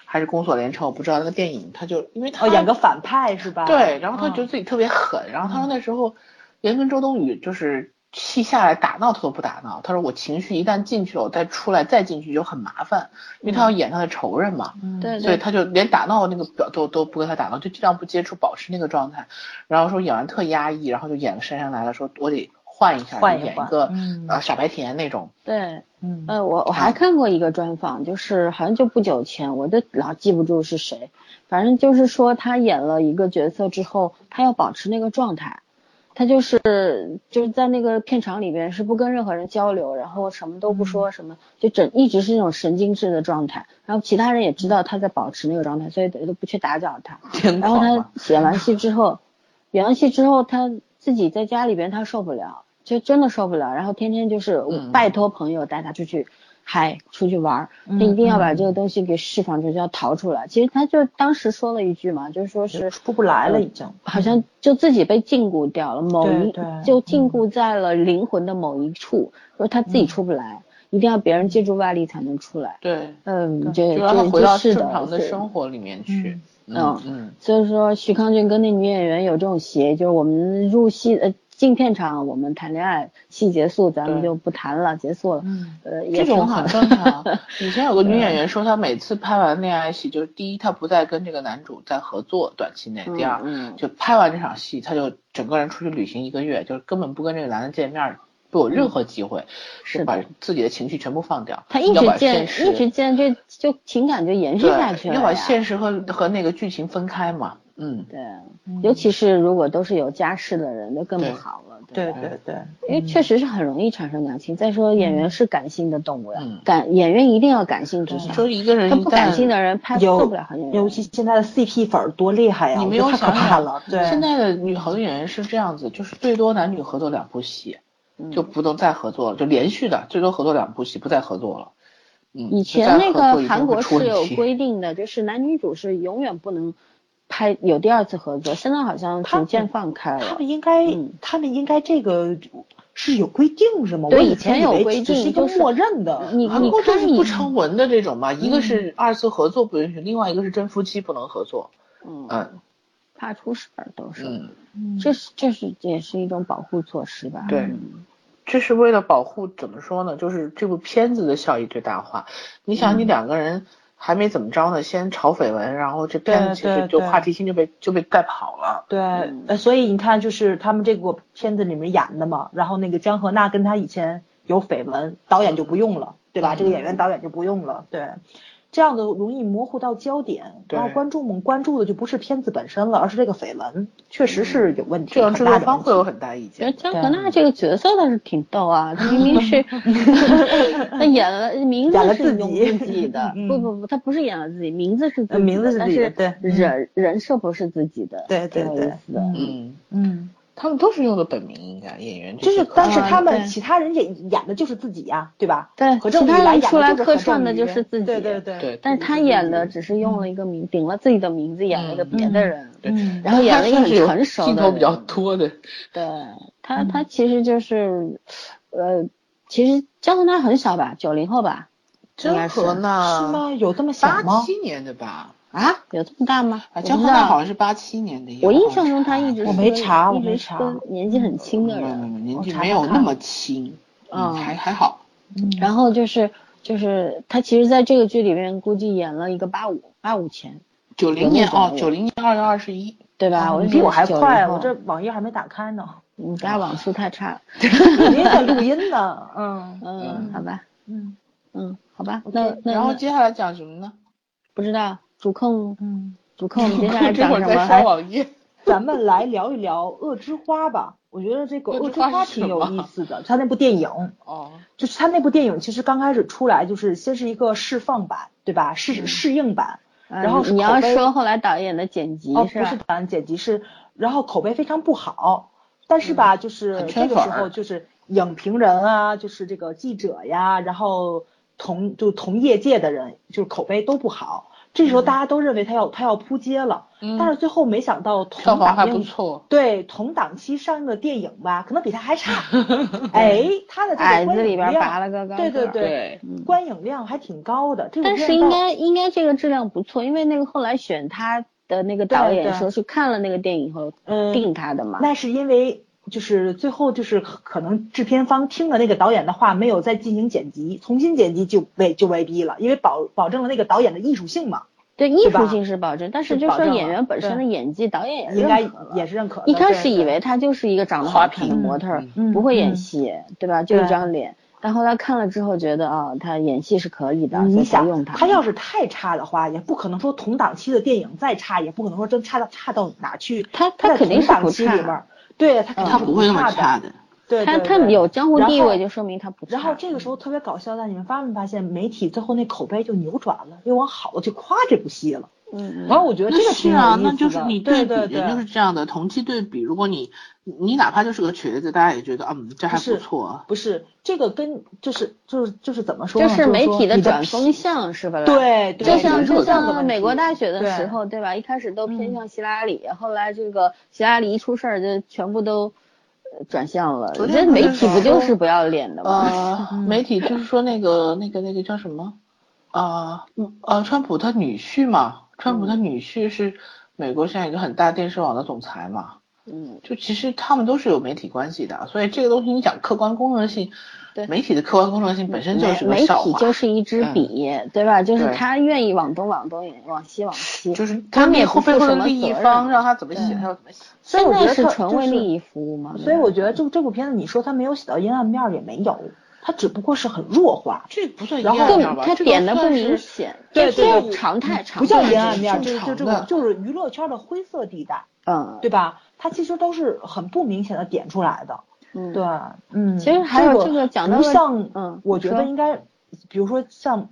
还是《宫锁连城》，我不知道那个电影，她就因为她
哦，演个反派是吧？
对，然后她
嗯
觉得自己特别狠，然后她说那时候连跟周冬雨就是。气下来打闹，她都不打闹。她说我情绪一旦进去了，我再出来再进去就很麻烦，因为她要演她的仇人嘛。
嗯
(laughs) 对
所以他就连打闹那个表都都不跟他打闹，就尽量不接触，保持那个状态。然后说演完特压抑，然后就演《姗姗来了》，说我得换一下，
换一
演
换
一个、
嗯
呃傻白甜那种。
对，
嗯
呃，我我还看过一个专访，就是好像就不久前，我都老记不住是谁，反正就是说他演了一个角色之后，他要保持那个状态，他就是就是在那个片场里边是不跟任何人交流，然后什么都不说，什么就整一直是那种神经质的状态，然后其他人也知道他在保持那个状态，所以都不去打搅他。
天
然后
狂
他
嘛，
演完戏之后，演完戏之后他自己在家里边他受不了，就真的受不了，然后天天就是
嗯
拜托朋友带他出去嗨，出去玩儿，
嗯
嗯
他一定要把这个东西给释放出去，要逃出来。其实他就当时说了一句嘛，就是说是
出不来了已经。
好像就自己被禁锢掉了，某
对
一
对
嗯
就禁锢在了灵魂的某一处，说他自
嗯
己出不来，一定要别人借助外力才能出来。
对，
嗯，
就
这
让他
这
回到
这是
正
的，
常的
是
生活里面去。
嗯
嗯嗯，
所以说，徐康俊跟那女演员有这种协议，就是我们入戏呃进片场，我们谈恋爱，戏结束咱们
对
就不谈了，结束了，
嗯
呃也
这
挺
种
好嗯
很
的。(laughs)
正常。以前有个女演员说，她每次拍完恋爱戏，就是第一，她不再跟这个男主再合作，短期内；第二，
嗯嗯
就拍完这场戏，她就整个人出去旅行一个月，就是根本不跟这个男的见面，不有任何机会，
嗯是
就
的
把自己的情绪全部放掉，
他一
要把
直见
现实
一直见，这就情感就延续
对
下去了
要把
呀
现实和和那个剧情分开嘛。嗯，
对，尤其是如果都是有家室的人，就更不
对
好了。
对
吧
对对，
因为确实是很容易产生感情。再说演员是感性的动物呀，
嗯
感演员一定要感性至
你
上，
说一个
嗯
人
他
一
不感性
旦
的人拍做
尤
不了好演员。
尤其现在的 CP 粉儿多厉害呀，
你
我
没
觉得
有
太可
想
怕
想
了。对，
现在的女好多演员是这样子，就是最多男女合作两部戏，
嗯
就不能再合作了，就连续的最多合作两部戏，不再合作了。嗯，
以前
就再
那
合作
个
一定
韩
会
国
出
是有
问题
规定的，就是男女主是永远不能拍有第二次合作，现在好像
他
逐
们
渐放开
他
了。
们应该，
嗯
他们应该这个是有规定是吗？
对
我
以前
以为
有规
只是
定
一个
就是
默认的。
你
韩
你
国就
看
是不
你，嗯
成文的这种嘛，一个是二次合作不允许，另外一个是真夫妻不能合作。
嗯，
啊
嗯
怕出事儿都是，
嗯，
这是这是也是一种保护措施吧？
对
嗯
这是为了保护怎么说呢？就是这部片子的效益最大化。你想，你
嗯
两个人还没怎么着呢，先炒绯闻，然后这片
对
子其实
对
就
对
话题性就被就被带跑了。
对，呃，所以你看，就是他们这个片子里面演的嘛，然后那个江河娜跟她以前有绯闻，导演就不用了，对吧？这个演员导演就不用了，对。这样的容易模糊到焦点，
对
然后观众们关注的就不是片子本身了，而是这个绯闻，确实是有问题，
嗯这样制
很大
作
的
方
问
会有
题
很大意
觉得
见。
姜河娜这个角色倒是挺逗啊，
(laughs)
她明明是她演了名字
演了
是
自
用
己，
自己的
(laughs) 嗯
不不不，她不是演了自己，名字是自己的，
呃名字是自己的
但
对嗯
是人人设不是自己的，
对对
挺有
对
意思的
嗯
嗯，
嗯，
他们都是用的本名，应该演员这
就
些
是，
可能
但是
啊
他们
对
其他人演演的就是自己呀、对吧？
对，
何
其
正宇
他
来演
人出来
的
客
客
串
串
的就是自己，
对对对，
对，
但是他演的只是用了一个名，顶了自己的名字，演了一个别的人，
对
嗯
然后演了一个很成熟的
镜头比较
人
多的，
对他，他其实就是，呃，其实姜河娜很小吧，九零后吧，应该
真
是
和呢？
是？吗？有这么小
八
吗？
七年的吧？
啊，有这么大吗？
啊，
我
姜
不
河
知
娜
道
好像是八七年的一个
我
好像是，
印象中他一直是
我没查我
一直
没
是
查嗯
跟年纪很轻的
没有没有
人，
没有年
我
纪
查
没
查
有那
看
么轻，
嗯
嗯，还还好。
嗯
然后就是就是他其实在这个剧里面估计演了一个八五八五前，
九
有
零
那
年
种
哦，
我
九零年二月二十一，
对吧？
哦
我
你
就
比
觉
我
得
还
90
快，
后
我这网页还没打开呢，
你家网速太差了，
您在录音
(laughs)
呢，嗯
嗯，好吧，
嗯
嗯，好吧，那那
然后
那
接下来讲什么 (laughs) 呢？
不知道主控
嗯，
主控，
(laughs)
我们接下来
这
讲
会
什
儿在
么？
刷
还
网页，
咱们来聊一聊《恶之花》吧，我觉得这个《
恶
恶
之
之
花
花》
是
挺
什
有
么
意思的，他那部电影，
哦，
就是他那部电影其实刚开始出来就是先是一个释放版，对吧？
嗯
试适应版，
啊
然后
你要
口碑
说后来导演的剪辑
哦，
是
不是
吧？
版剪辑是，然后口碑非常不好，但是
嗯
吧，就是
很
这
圈
个
粉
时
儿
候就是影评人啊，就是这个记者呀，然后同就同业界的人，就是口碑都不好。这时
嗯
候大家都认为他要他要扑街了，但是最后没想到
嗯票
同
房
档
还不
映
错，
对同档期上映的电影吧，可能比他还差。
(laughs)
哎，他的这
矮
个
子
观
里
影
边拔
量，
了个高个
对对
儿
对
对，
嗯
观影量还挺高的。这部
但
片
是
儿
应
到
该应该这个质量不错，因为那个后来选他的那个导
对
演
对
说是看了那个电影以后
嗯
定他的嘛。
那是因为就是最后就是可可能制片方听了那个导演的话，没有再进行剪辑，重新剪辑就被就被逼了，因为保保证了那个导演的艺术性嘛，
对艺术
吧
性是保证，但是
是
就
保
说
证
演
了
员本身的
对
演技，导演也
应该
认可了
也是认可的。
一开
呃对
始以为他就是一个长得好看的
花瓶
模特儿，
嗯
不会演
嗯
戏，对吧？就一
对
张脸。但后来看了之后，觉得啊、他演戏是可以的，所
嗯你
以才用
想，他
他
要是太差的话，也不可能说同档期的电影再差，也不可能说真差到差到哪儿去。
他
它
他
在
肯定
同
是不
档期里面
差，
儿，对他肯
嗯
定
他不会那么差
差的。
的。
对，
他
对
他
对
有江湖
然
地
后
位就说明他不差。
然后这个时候特别搞笑的，你们发没发现媒体最后那口碑就扭转了，又往好的去夸这部戏了。
嗯，
然后我觉得这
那
个
是
挺有
啊，
意
那
思
就是
的
你
对
比
对
的
对，
就是这样的同期对比。如果你你哪怕就是个瘸子，大家也觉得嗯，这还不
是
错啊。
不是这个跟就是就是就是怎么说
这
呢？
是媒
说
体
你
转风
批，
向是吧？。
对对，
就
对
像
这
就
个问
像
题
美国大选的时
对
候，对吧？一开始都偏
嗯
向希拉里，后来这个希拉里一出事儿，就全部都呃转向了。
昨
这
天不
媒
是
体不
说
就是不要脸的吗？
呃，媒体就是说那个那个那个叫什么？呃
嗯
呃，川普他女婿嘛，川普他女婿是美国现在一个很大电视网的总裁嘛。
嗯，
就其实他们都是有媒体关系的，所以这个东西你讲客观公正性，
对
媒体的客观公正性本身就
媒
是个
媒
笑
体
话，嗯
就是一支笔，对吧？就是
对
他愿意往东往东，往西往西。
就是
他
他
们也不
们后
负
背
什
后
么责
的
任
利益方让他怎么写，他要怎么写。
所以
现
我觉
在
得
是
它
纯
就
为
是
利益服务嘛。
所以
对吧
我觉得这这部片子你说它没有写到阴暗面儿也没有，它只不过是很弱化，
这不算一
然后
样
更
吧？
他
这个
点的不
算是
明显，
对
这
对
是
对
常态常
不叫
态
阴暗面儿，
这
就是是就这
正常
种
的
就是娱乐圈的灰色地带，
嗯
对吧？它其实都是很不明显的点出来的。
嗯
对，嗯，
其实还有这个讲到
不
了
像，
嗯
我
你
觉
说
得应该，比如说像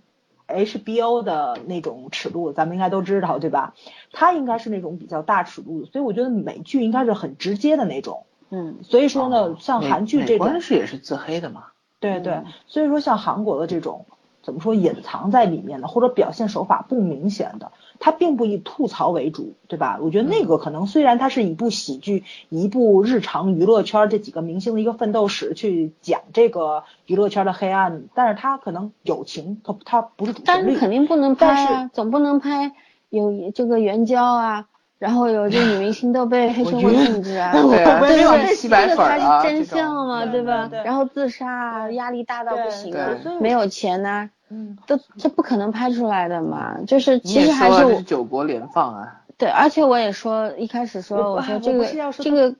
HBO 的那种尺度，咱们应该都知道，对吧？它应该是那种比较大尺度的，所以我觉得美剧应该是很直接的那种。
嗯
所以说呢，像
美
韩剧
美
这
国人
种，
是也是自黑的嘛，
对对
嗯，
所以说像韩国的这种，怎么说隐藏在里面的，或者表现手法不明显的，它并不以吐槽为主，对吧？我觉得
嗯
那个可能虽然它是一部喜剧，一部日常娱乐圈这几个明星的一个奋斗史去讲这个娱乐圈的黑暗，但是它可能友情，它它不是主
但
旋
是
律。
肯定不能拍
但
啊，总不能拍有这个援交啊，然后有这女明星都被黑社会
我觉得
控制啊。
我
对啊
没
对
有
吧？
这
这
洗白
个
粉儿
才
啊，
是真
这种
相嘛，
对
对吧
对？对
然后自杀啊，
对
压力大到不行啊
对，
所以我
没有钱呐，
嗯，
都这不可能拍出来的嘛。就是
你
其
也
实
说
还
了
是
这
我
是九国联放啊，
对，而且我也说一开始说，
我
我
哎
说
我
这
不
个
是要说
这个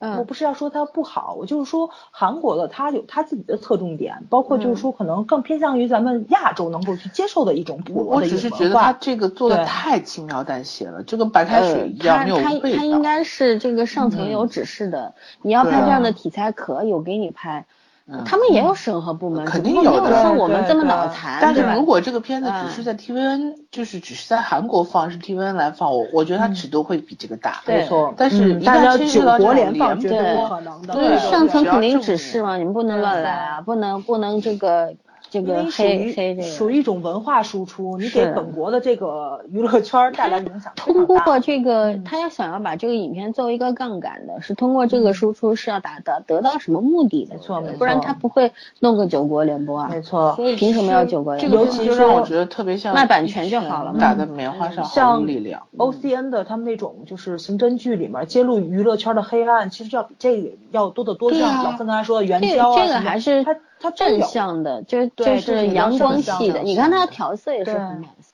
嗯
我不是要说它不好，我就是说韩国的它有它自己的侧重点，包括
嗯
就是说可能更偏向于咱们亚洲能够去接受的一种
我
普罗
我
的一
只
种文
是觉得
化
他这个做的
对
太轻描淡写了，就跟白开水一样，
呃
没有
他
味
他应
道。
该是这个上层有指示的，你要
嗯对
拍这样
啊
的题材可以，我给你拍。
嗯
他们也有审核部门，
肯
只不过
定有
没
的
像我
对
们这么
对
脑残，
但是
对吧
如果这个片子
嗯
只是在 TVN，、就是只是在韩国放，是 TVN 来放，我我觉得它尺度会比这个大。
对
没错，
但是
嗯
一
但
旦
是要
牵涉
九
到这
国
种
联放
联
绝对
播
不可能的，
对
对
对
上
对
层
只要
肯定
正
指
面
示嘛，你们不能乱来啊，不能不能这个这
因
个
为属
黑
于
黑这个。
属于一种文化输出，你给
是
本国的这个娱乐圈带来影响非
通
常大。
过这个，
嗯
他要想要把这个影片作为一个杠杆的，是通过这个输出是要达到得到什么目的的？
没错
我觉得
没
不然
错
他不会弄个九国联播啊。
没错，
所以
凭什么要九国
这
联播
个
尤
啊？
其
就是让我觉得特别像
卖版权就好了嘛
打在棉花上毫无
像
力量。
O C N 的他们那种就是刑侦剧里面揭露娱乐圈的黑暗，其实要比这个要多得多。就
对啊
像老孙刚才说的援
这
交啊
这
什
个
么
还是
它它都
正
有
向的，就
对
就
这是
是
一个
阳光
正向
系
的
的。你看它的调色也是
对
很暖色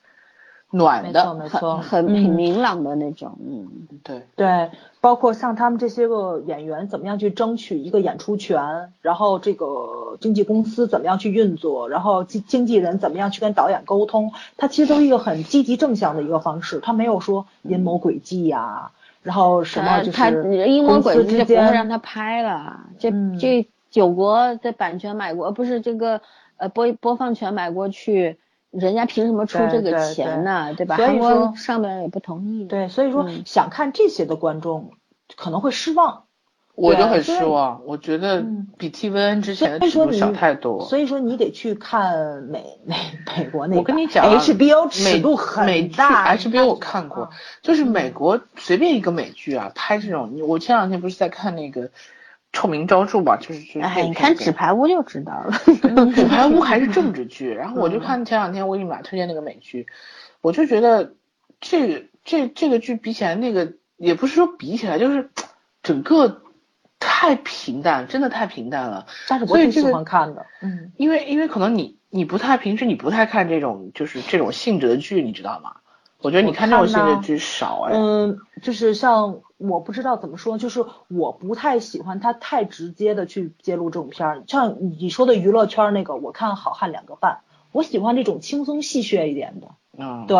暖
没
的
错，没错，
很很
嗯
很明朗的那种，嗯，
对，
对，包括像他们这些个演员怎么样去争取一个演出权，然后这个经纪公司怎么样去运作，然后经经纪人怎么样去跟导演沟通，它其实都是一个很积极正向的一个方式，它没有说阴谋诡计呀、然后什么就是
哎呃他阴谋
公司
诡计
之
就不会
间
让他拍了。啊这
嗯
这九国的版权买过，呃不是这个呃播播放权买过去，人家凭什么出
对
这
对
个钱呢？对吧？
所以
韩国
说
上面也不同意。
对，所以说
嗯
想看这些的观众可能会失望，
我就
对
很失望，我觉得
嗯
比 TVN 之前的
所以
尺
说
度
你
小太多。
所以说你得去看美美美国那个，
我跟你讲啊
，HBO
美
尺度
美
很
剧
大你看
HBO 我看过
啊，
就是美国随便一个美剧啊，拍这种，我前两天不是在看那个《臭名昭著》嘛，就是就是
哎，
那
你看
个
《纸牌屋》就知道了。
纸牌屋还是
(laughs)
政治剧，然
嗯
后我就看前两天我给你们俩推荐那个美剧，我就觉得这个这这个剧比起来那个也不是说比起来，就是整个太平淡，真的太平淡了。
但是我
所以
挺喜
这个
欢看的，嗯。
因为因为可能你你不太平时你不太看这种就是这种性质的剧，你知道吗？我觉得你看这种性质的剧少哎。
嗯，就是像我不知道怎么说，就是我不太喜欢他太直接的去揭露这种片儿。像你说的娱乐圈那个，我看《好汉两个半》，我喜欢这种轻松戏谑一点的。
嗯，
对，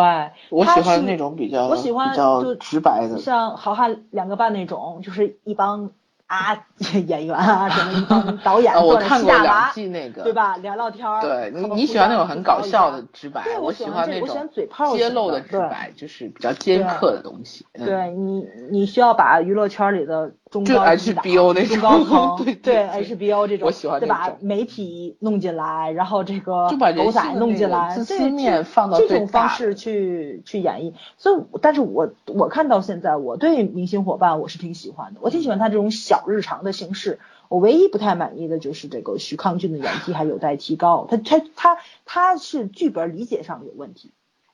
我
它
喜欢
是
那种比较
我喜欢
比较
就
直白的。
像《好汉两个半》那种，就是一帮啊 (laughs) 演员啊什么一帮导演
啊，我
坐着
看
吃
过
大
两
麻，
季那个，
对？吧？聊聊天儿。
对你
好吧互
你喜欢那
相
种很
吐
搞
槽一
笑
下
的直白，
对我喜
喜
欢
欢
这
那
我喜欢
种
嘴炮
揭
型
露
的
直
对
白，就是比较尖刻的东西。嗯，
对你，你需要把娱乐圈里的中
就
高级
HBO 那
中高
种
层，
对
对
对
HBO 这种，
我喜欢
对
那
吧
种？
媒体弄进来，然后这个
就把人
狗
性
仔
的
弄
那
进
个
来，
自
对
私
这
面放到
这
最
种方
大
式去去演绎。所以我，但是我我看到现在，我对明星伙伴我是挺喜欢的，我挺喜欢他这种小日常的形式。我唯一不太满意的就是这个徐康俊的演技还有待提高，他他他他是剧本理解上有问题。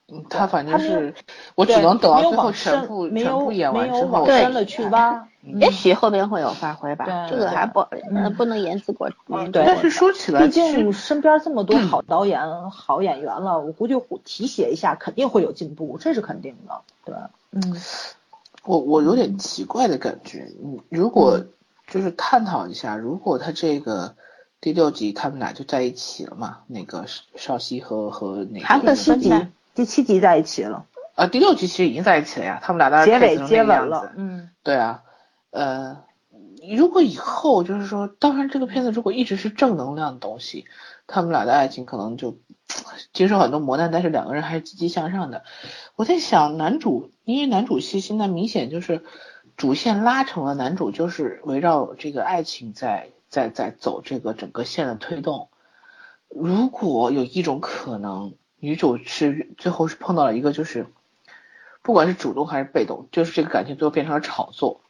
嗯他反
他
正
没有
是，我只
对
能等到
没有
最后
往
全
深
部
没
全
有
部演完
没
之
有
后
往
对
深了去挖。嗯
也许后边会有发挥吧，
对
这个还不呃
嗯
不能言之过
嗯
早。
对
但是说起来，嗯
毕
其实
竟身边这么多好导演、好演员了，我估计提携一下肯定会有进步，这是肯定的。对，嗯，
我我有点奇怪的感觉。你
嗯
如果就是探讨一下，如果他这个第六集他们俩就在一起了嘛，那个邵熙和和那个
韩克斯
第七
第七
第七集在一起了，
啊，第六集其实已经在一起了呀，他们俩当时
结尾
kiss 成
接
那个
吻
样
了
子，。
嗯，
对啊，呃，如果以后就是说，当然这个片子如果一直是正能量的东西，他们俩的爱情可能就经受很多磨难，但是两个人还是积极向上的。我在想，男主因为男主戏现在明显就是主线拉成了，男主就是围绕这个爱情在在在走这个整个线的推动。如果有一种可能，女主是最后是碰到了一个就是。不管是主动还是被动，就是这个感情最后变成了炒作。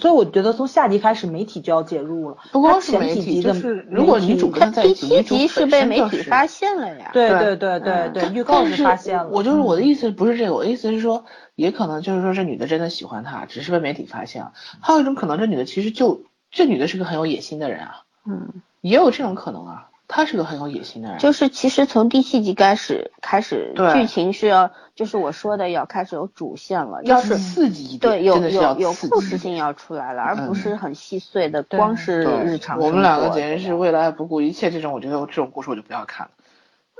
所以我觉得从下集开始媒体就要介入了。
不光
它
是
前
媒
几
体
集
就
的
是
媒
如果
体
女主跟他在一
第
起，
七
女主
集
本
是被
身
媒
就
体
是
发现了呀。
对对
对
对对
嗯
对，
但
预告
但
是发现了。
我就是我的
嗯
意思不是这个，我的意思是说，也可能就是说这女的真的喜欢他，只是被媒体发现了。还有一种可能，这女的其实就这女的是个很有野心的人啊，
嗯，
也有这种可能啊。他是个很有野心的人，
就是其实从第七集开始开始，
对
剧情是要就是我说的要开始有主线了，
要
嗯
是
刺激一点，
对有
真的是要
有有
刺
故
激
事性要出来了，而
嗯
不是很细碎的，
对
光是
对
日常生活。
我们两个简直是为了爱不顾一切，这种我觉得这种故事我就不要看了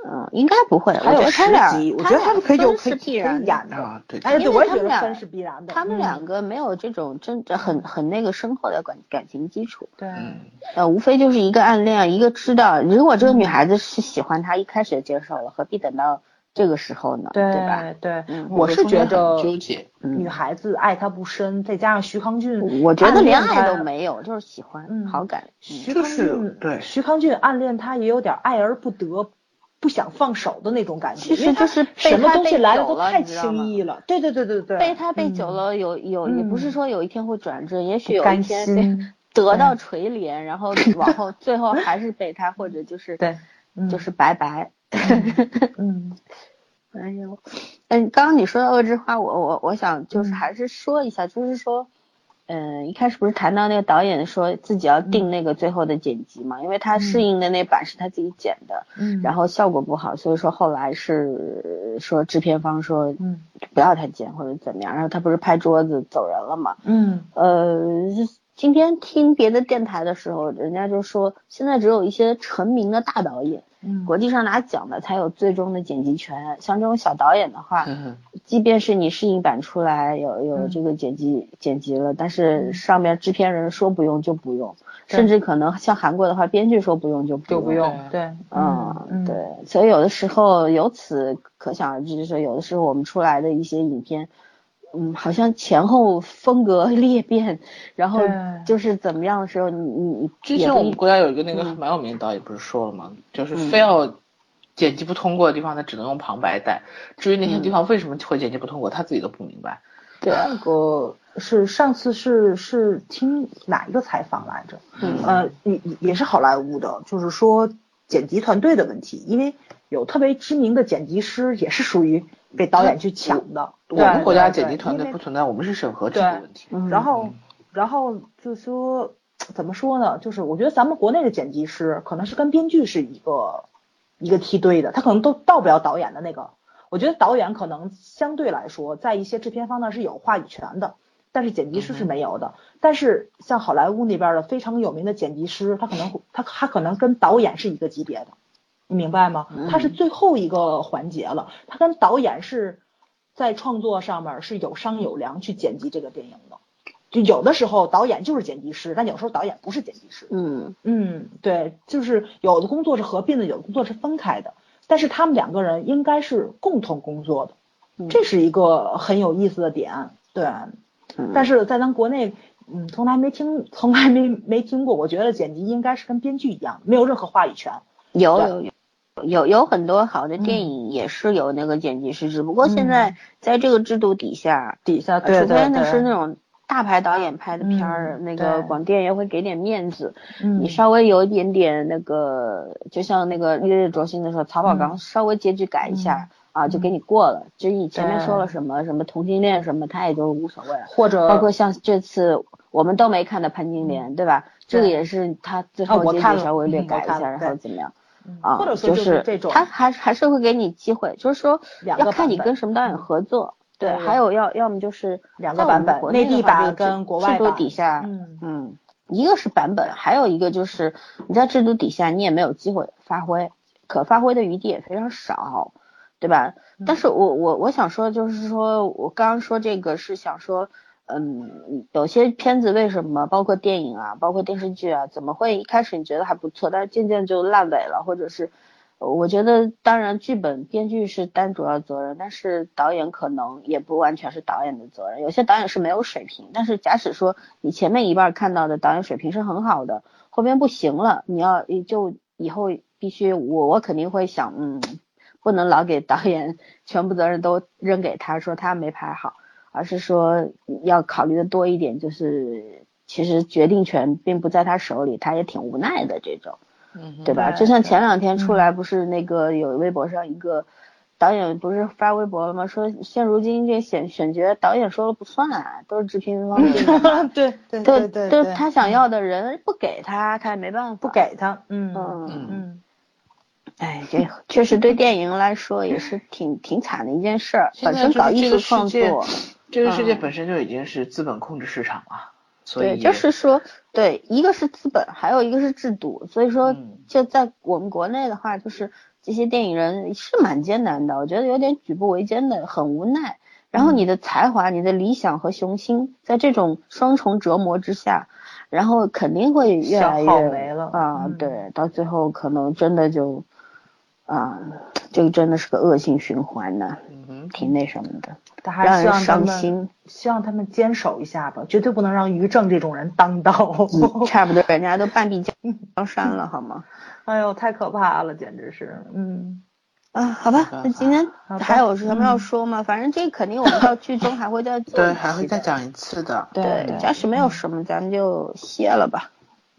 嗯，应该不会。
还有
我觉得他
十
俩
集，我觉得他们可以有
分
可
是
以
必
可
然
以
的。
演的。
啊！对，
哎，
因
对，
为
我也
他
觉
们
得
俩
分是必然的。
他
嗯
们两个没有这种真正很很那个深厚的感感情基础，
对
嗯，
呃，无非就是一个暗恋，一个知道。如果这个女孩子是喜欢他，一开始就接受了，何必等到这个时候呢？对吧？
对对，
嗯，
我是
中
觉
间
得
很纠结，
嗯
女孩子爱他不深，再加上徐康俊，
我觉得连爱
他
都。没有，就是喜欢、
嗯
好感。
徐
就
康
是
俊
对
徐康俊暗恋他也有点爱而不得，不想放手的那种感觉，
其实
因为他
就是被
什么
他
东西
被
来
久
的都
了
太
你知道吗
轻易了。对对对对对，
被他被久了有有、也不是
嗯
说有一天会转正，也许
不
有一
甘
天
心
被得
嗯
到垂怜，然后往
(laughs)
后最后还是被他或者就是
对，嗯
就是拜拜。
嗯
哎呦，嗯，刚刚你说到恶之花，我我我想
嗯
就是还是说一下，就是说，嗯，一开始不是谈到那个导演说自己
嗯
要定那个最后的剪辑嘛，因为他适应的那版是他自己剪的，
嗯，
然后效果不好，所以说后来是说制片方说
嗯
不要他剪或者怎么样，然后他不是拍桌子走人了嘛，
嗯
呃，今天听别的电台的时候，人家就说现在只有一些成名的大导演，
嗯，
国际上拿奖的才有最终的剪辑权。像这种小导演的话，
嗯
即便是你试映版出来有有
嗯
这个剪辑、剪辑了，但是
嗯
上面制片人说不用就不用，
对
甚至可能像韩国的话，编剧说不用就不
就不用
嗯
对，
嗯，对，所以有的时候由此可想而知，就是有的时候我们出来的一些影片，嗯，好像前后风格裂变，然后
对
就是怎么样的时候，你你
之
也
前
不
我们
一
国家有一个那个
嗯
蛮有名的导演不是说了吗？就是
嗯
非要剪辑不通过的地方，他只能用旁白带。至于那
嗯
些地方为什么会剪辑不通过，他自己都不明白。
对，
那个是上次是是听哪一个采访来着？
嗯
呃，也也是好莱坞的，就是说剪辑团队的问题，因为有特别知名的剪辑师也是属于被导演去抢的。嗯
我
对
们国家
对对
剪辑团队
因为
不存在，我们是审核制
对
的问题。
嗯
然后，然后就说怎么说呢？就是我觉得咱们国内的剪辑师可能是跟编剧是一个一个梯队的，他可能都到不了导演的那个。我觉得导演可能相对来说，在一些制片方那儿是有话语权的，但是剪辑师是没有的。但是像好莱坞那边的非常有名的剪辑师，他可能他他可能跟导演是一个级别的，你明白吗？他是最后一个环节了，他跟导演是在创作上面是有商有量去剪辑这个电影的。就有的时候导演就是剪辑师，但有时候导演不是剪辑师。
嗯
嗯，对，就是有的工作是合并的，有的工作是分开的，但是他们两个人应该是共同工作的，
嗯
这是一个很有意思的点。对，
嗯
但是在咱国内，嗯，从来没听， (laughs) 从来没没听过。我觉得剪辑应该是跟编剧一样，没有任何话语权。
有
对
有有。有有很多好的电
嗯
影也是有那个剪辑师，只不过现
嗯
在在这个制度底下，
底下
除非那是那种大牌导演拍的片儿，
嗯
那个
对
广电也会给点面子，
嗯
你稍微有一点点那个，就像那个《烈日灼心》的时候，曹
嗯
宝刚稍微结局改一下、啊，就给你过了。至于你前面
对
说了什么什么同性恋什么，他也就无所谓了。
或者
包括像这次我们都没看的潘金莲，对吧？这个也是他最
嗯啊
后
我
结
看
局
了
稍微略
嗯
改一
我看
下，
了
然后
对
怎么样？
嗯
啊，
或者说
就是
这种，
他还是还是会给你机会，就是说
两个
要看
版
你
本嗯
跟什么导演合作，对，
对
还有要要么就是
两个
在我
版
们
本
国
内
内的
地
话
版
这个制
跟国外
制度
版
底下，
嗯
嗯，一个是版本，还有一个就是你在制度底下你也没有机会发挥，可发挥的余地也非常少，对吧？但是我我我想说的就是说我刚刚说这个是想说。嗯，有些片子为什么包括电影啊，包括电视剧啊，怎么会一开始你觉得还不错，但是渐渐就烂尾了，或者是，呃我觉得当然剧本编剧是担主要责任，但是导演可能也不完全是导演的责任，有些导演是没有水平，但是假使说你前面一半看到的导演水平是很好的，后边不行了，你要你就以后必须我我肯定会想，嗯，不能老给导演全部责任都扔给他，说他没拍好。而是说要考虑的多一点，就是其实决定权并不在他手里，他也挺无奈的这种，
嗯
对吧？
对
就像前两天
嗯
出来不是那个有微博上一个导演不是发微博了吗？说现如今这选选角导演说了不算啊，都是制片方定
(laughs)
的，
对嗯 (laughs) 对
都都是他想要的人不给他，他也没办法，
不给他，嗯
嗯
嗯
嗯
哎，
(laughs)
这确实对电影来说也是挺挺惨的一件事儿。本
现在
身
就是
搞艺
这
术
个世
创
界
作，
这个世界
嗯
本身就已经是资本控制市场了，所
对，
以
就是说，对，一个是资本，还有一个是制度。所以说
嗯，
就在我们国内的话，就是这些电影人是蛮艰难的，我觉得有点举步维艰的，很无奈。然
嗯
后你的才华、你的理想和雄心，在这种双重折磨之下，然后肯定会越来越
消耗没了
啊、
嗯
对，到最后可能真的就啊、这个真的是个恶性循环呢，
嗯哼，
挺那什么的，
但还
让
是希
人
望他
伤
们
心。
(laughs) 希望他们坚守一下吧，绝对不能让于正这种人当道。
嗯，差不多，人家都半壁江江山了，好吗？
(laughs) 哎呦，太可怕了，简直是，嗯，
啊，好吧，那今天
好吧
还有什么要
嗯
说吗？反正这个肯定我们到剧中还会再做一
对，
期
还会再
的。
讲一次的。
对
对，
只要是没有什么，咱们就歇了吧。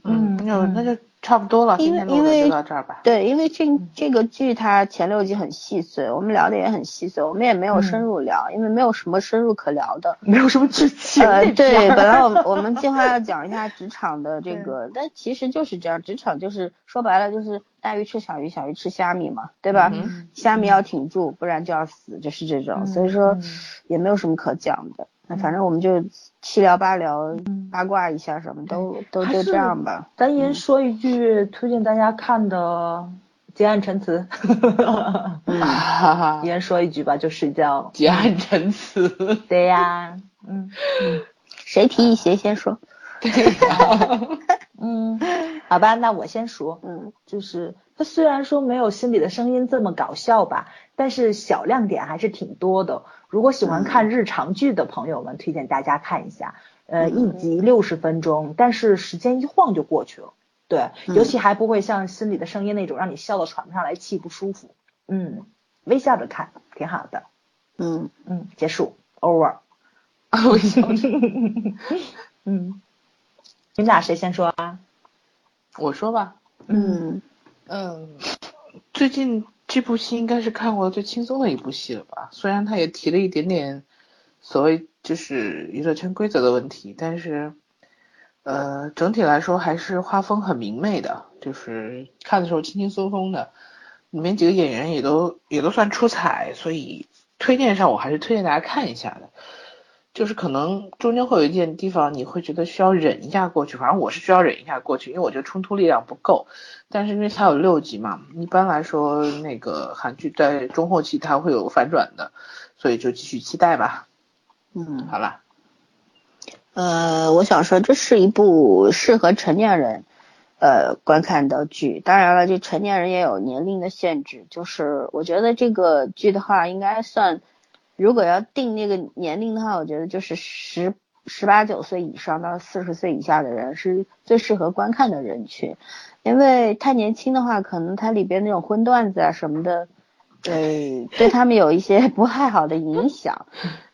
嗯
那就
嗯
那就差不多了，
因
今
为
天录
因
的
为
就到这儿吧。
对，因为这这个剧它前六集很细碎，我们聊的也很细碎，我们也没有深入聊，因为没有什么深入可聊的。
没有什么剧情。
(laughs) 呃，
这
对，
片儿
本来我们
(laughs)
我们计划要讲一下职场的这个，但其实就是这样，职场就是说白了就是大鱼吃小鱼，小鱼吃虾米嘛，对吧？
嗯
虾米要挺住，不然就要死，就是这种，所以说
嗯
也没有什么可讲的。那反正我们就七聊八聊，
嗯
八卦一下什么都都
还
就是这样吧。
咱也说一句推荐大家看的《结案陈词》， (laughs)
嗯，
哈哈
一，
(laughs)
人说一句吧，就睡觉。
结案陈词。 (laughs)
(laughs)
对呀、嗯
谁
啊
提议谁先说。
嗯，好吧，那我先说，
嗯，
就是它虽然说没有《心里的声音》这么搞笑吧，但是小亮点还是挺多的。如果喜欢
嗯
看日常剧的朋友们，推荐大家看一下。呃，
嗯
一集六十分钟，但是时间一晃就过去了。对，尤
嗯
其还不会像《心里的声音》那种让你笑到喘不上来气不舒服。嗯，微笑着看，挺好的。
嗯，
嗯，结束，over。
为什么？
(laughs) 嗯，你们俩谁先说啊？
(laughs) 我说吧，
嗯，
嗯，最近这部戏应该是看过最轻松的一部戏了吧？虽然它也提了一点点所谓就是娱乐圈规则的问题，但是呃，整体来说还是画风很明媚的，就是看的时候轻轻松松的。里面几个演员也都也都算出彩，所以推荐上我还是推荐大家看一下的。就是可能中间会有一点地方你会觉得需要忍一下过去，反正我是需要忍一下过去，因为我觉得冲突力量不够。但是因为它有六集嘛，一般来说那个韩剧在中后期它会有反转的，所以就继续期待吧。
嗯，
好了，
呃，我想说，这是一部适合成年人呃观看的剧。当然了，这成年人也有年龄的限制，就是我觉得这个剧的话，应该算，如果要定那个年龄的话，我觉得就是十十八九岁以上到四十岁以下的人是最适合观看的人群，因为太年轻的话，可能它里边那种荤段子啊什么的，对，对他们有一些 (laughs) 不太好的影响，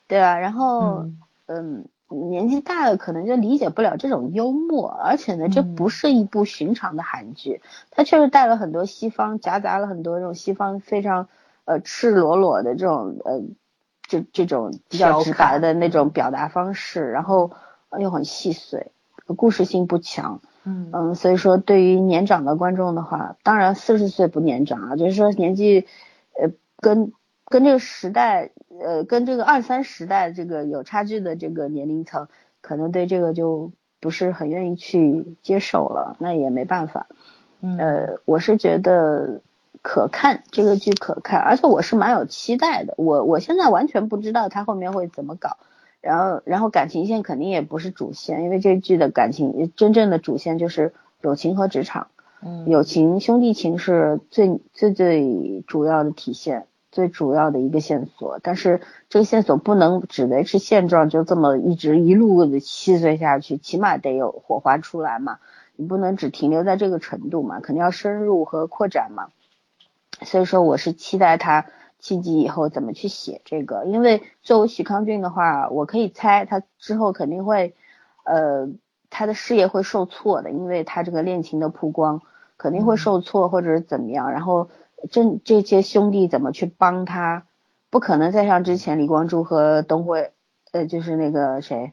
对吧？然后。
嗯
嗯，年纪大了可能就理解不了这种幽默，而且呢，这
嗯
不是一部寻常的韩剧，它确实带了很多西方，夹杂了很多这种西方非常呃赤裸裸的这种呃这这种比较
调
直白
侃嗯
的那种表达方式，然后呃又很细碎，故事性不强，
嗯
嗯，所以说对于年长的观众的话，当然四十岁不年长啊，就是说年纪，呃，跟跟这个时代，呃，跟这个二三十代这个有差距的这个年龄层，可能对这个就不是很愿意去接受了，那也没办法。
嗯
呃，我是觉得可看这个剧可看，而且我是蛮有期待的。我我现在完全不知道它后面会怎么搞，然后然后感情线肯定也不是主线，因为这剧的感情真正的主线就是友情和职场，
嗯
友情兄弟情是最最最主要的体现。最主要的一个线索，但是这个线索不能只维持现状，就这么一直一路的细碎下去，起码得有火花出来嘛。你不能只停留在这个程度嘛，肯定要深入和扩展嘛。所以说，我是期待他七级以后怎么去写这个，因为作为许康俊的话，我可以猜他之后肯定会，呃，他的事业会受挫的，因为他这个恋情的曝光肯定
嗯
会受挫或者是怎么样，然后这这些兄弟怎么去帮他，不可能再像
嗯
之前李光洙和东辉，呃，就是那个谁。呃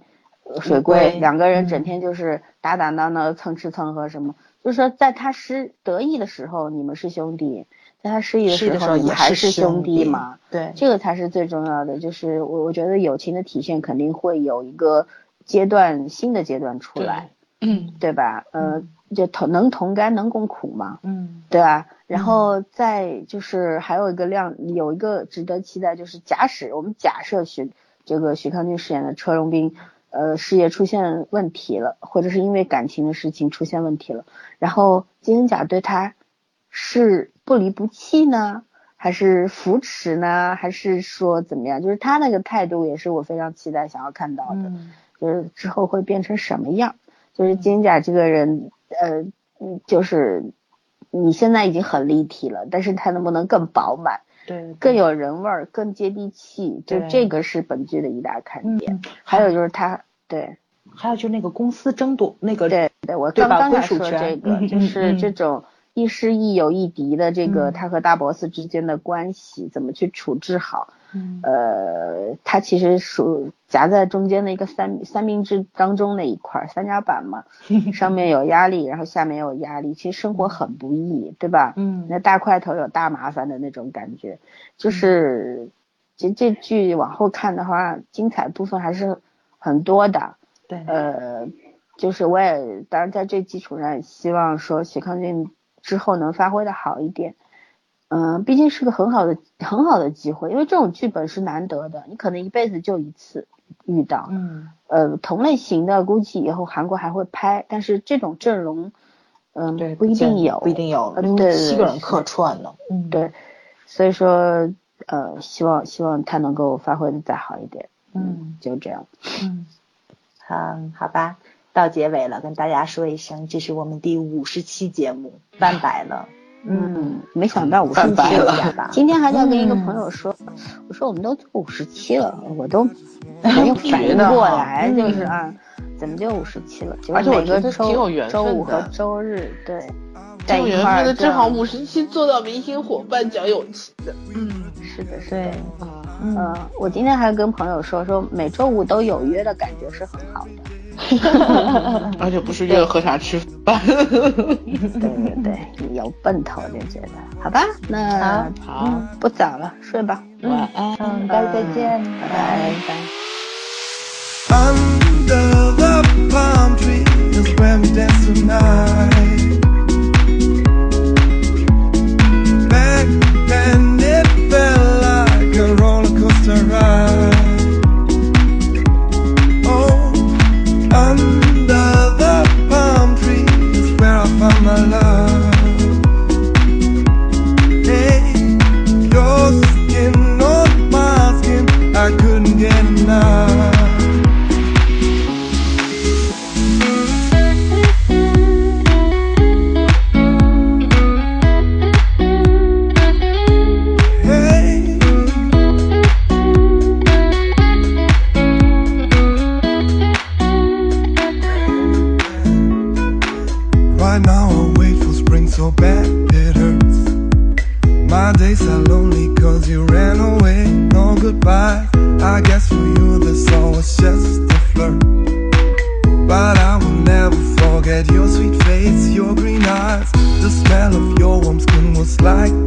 水
水
龟
龟
两个人整
嗯
天就是打打闹闹、蹭吃蹭喝什么，就是说在他失得意的时候，你们是兄弟；在他失忆的
失忆
时
的时
候，
候
你
也
还
是
是兄
兄弟
嘛，
对，
这个才是最重要的。就是我我觉得友情的体现肯定会有一个阶段新的阶段出来，
嗯
对吧？呃，就同能同甘能共苦嘛，
嗯
对吧？然后再就是还有一个亮，有一个值得期待，就是假使我们假设许这个许康俊饰演的车荣斌，呃，事业出现问题了，或者是因为感情的事情出现问题了，然后金恩甲对他是不离不弃呢，还是扶持呢，还是说怎么样？就是他那个态度也是我非常期待想要看到的。
嗯
就是之后会变成什么样。就是金甲这个人，呃，嗯就是你现在已经很立体了，但是他能不能更饱满、
对，
更
有
有人味儿、更接地气？就
嗯对
这个是本剧的一大看
嗯
点。，
还
还
有
有就是他，对
还有就是那个公司争夺那个
对对，我
呃对
刚
吧
刚
归
想
属
说这
权
个，
嗯
就
嗯
是
嗯
这种亦师亦友亦敌的这个
嗯
他和大 boss 之间的关系怎么去处置好？
嗯
呃，它其实属夹在中间的一个三三明治当中那一块儿三角板嘛，上面有压力，然后下面有压力，其实生活很不易，对吧？
嗯
那大块头有大麻烦的那种感觉，就是这这剧往后看的话，精彩部分还是很多的。
对，
呃，就是我也当然在这基础上，也希望说许康俊之后能发挥的好一点。嗯、毕竟是个很好的很好的机会，因为这种剧本是难得的，你可能一辈子就一次遇到。
嗯
呃，同类型的估计以后韩国还会拍，但是这种阵容，嗯、
对，
不一
见
定有，
不一定有
呃，对对
七
对
个人客串呢，嗯，
对，所以说，呃，希望希望他能够发挥的再好一点。
嗯
就这样。
嗯，
嗯，好吧，到结尾了，跟大家说一声，这是我们第五十期节目，翻白了，
嗯，没想到
(laughs)
五十
翻
期
白了
一下吧。
今天还在跟一个
嗯
朋友说，我说我们都做五十七了，我都
嗯
没有反应过来，
嗯
就是啊，怎么就五十七了？结果
而且我
每个
觉得
周
挺有缘分
周
的
五和周日对，在
这个
一
缘
块
分
儿
的
这
正好
样
五十期做到明星伙伴讲友情的，
是的，是的。
对，
嗯、
嗯，
我今天还跟朋友说，说每周五都有约的感觉是很好
(laughs)
的。嗯
而且不是约了喝茶吃饭。 (laughs)
对对对，有奔头就觉得，好吧，那
好好
嗯不早了，睡吧，
晚安。
嗯，大家再见，拜拜。
拜拜
Under the palm tree is where we dance tonight. Back then it felt like a roller coaster ride. Oh, under the palm tree is where I found my love. Hey, your skin on my skin, I couldn't get enough. Hey, Right now I wait for spring so bad it hurts. My days are lonely cause you ran away. No goodbye. I guess for you this all was just a flirt. But I will never forget your sweet face, your green eyes. The smell of your warm skin was like Oh,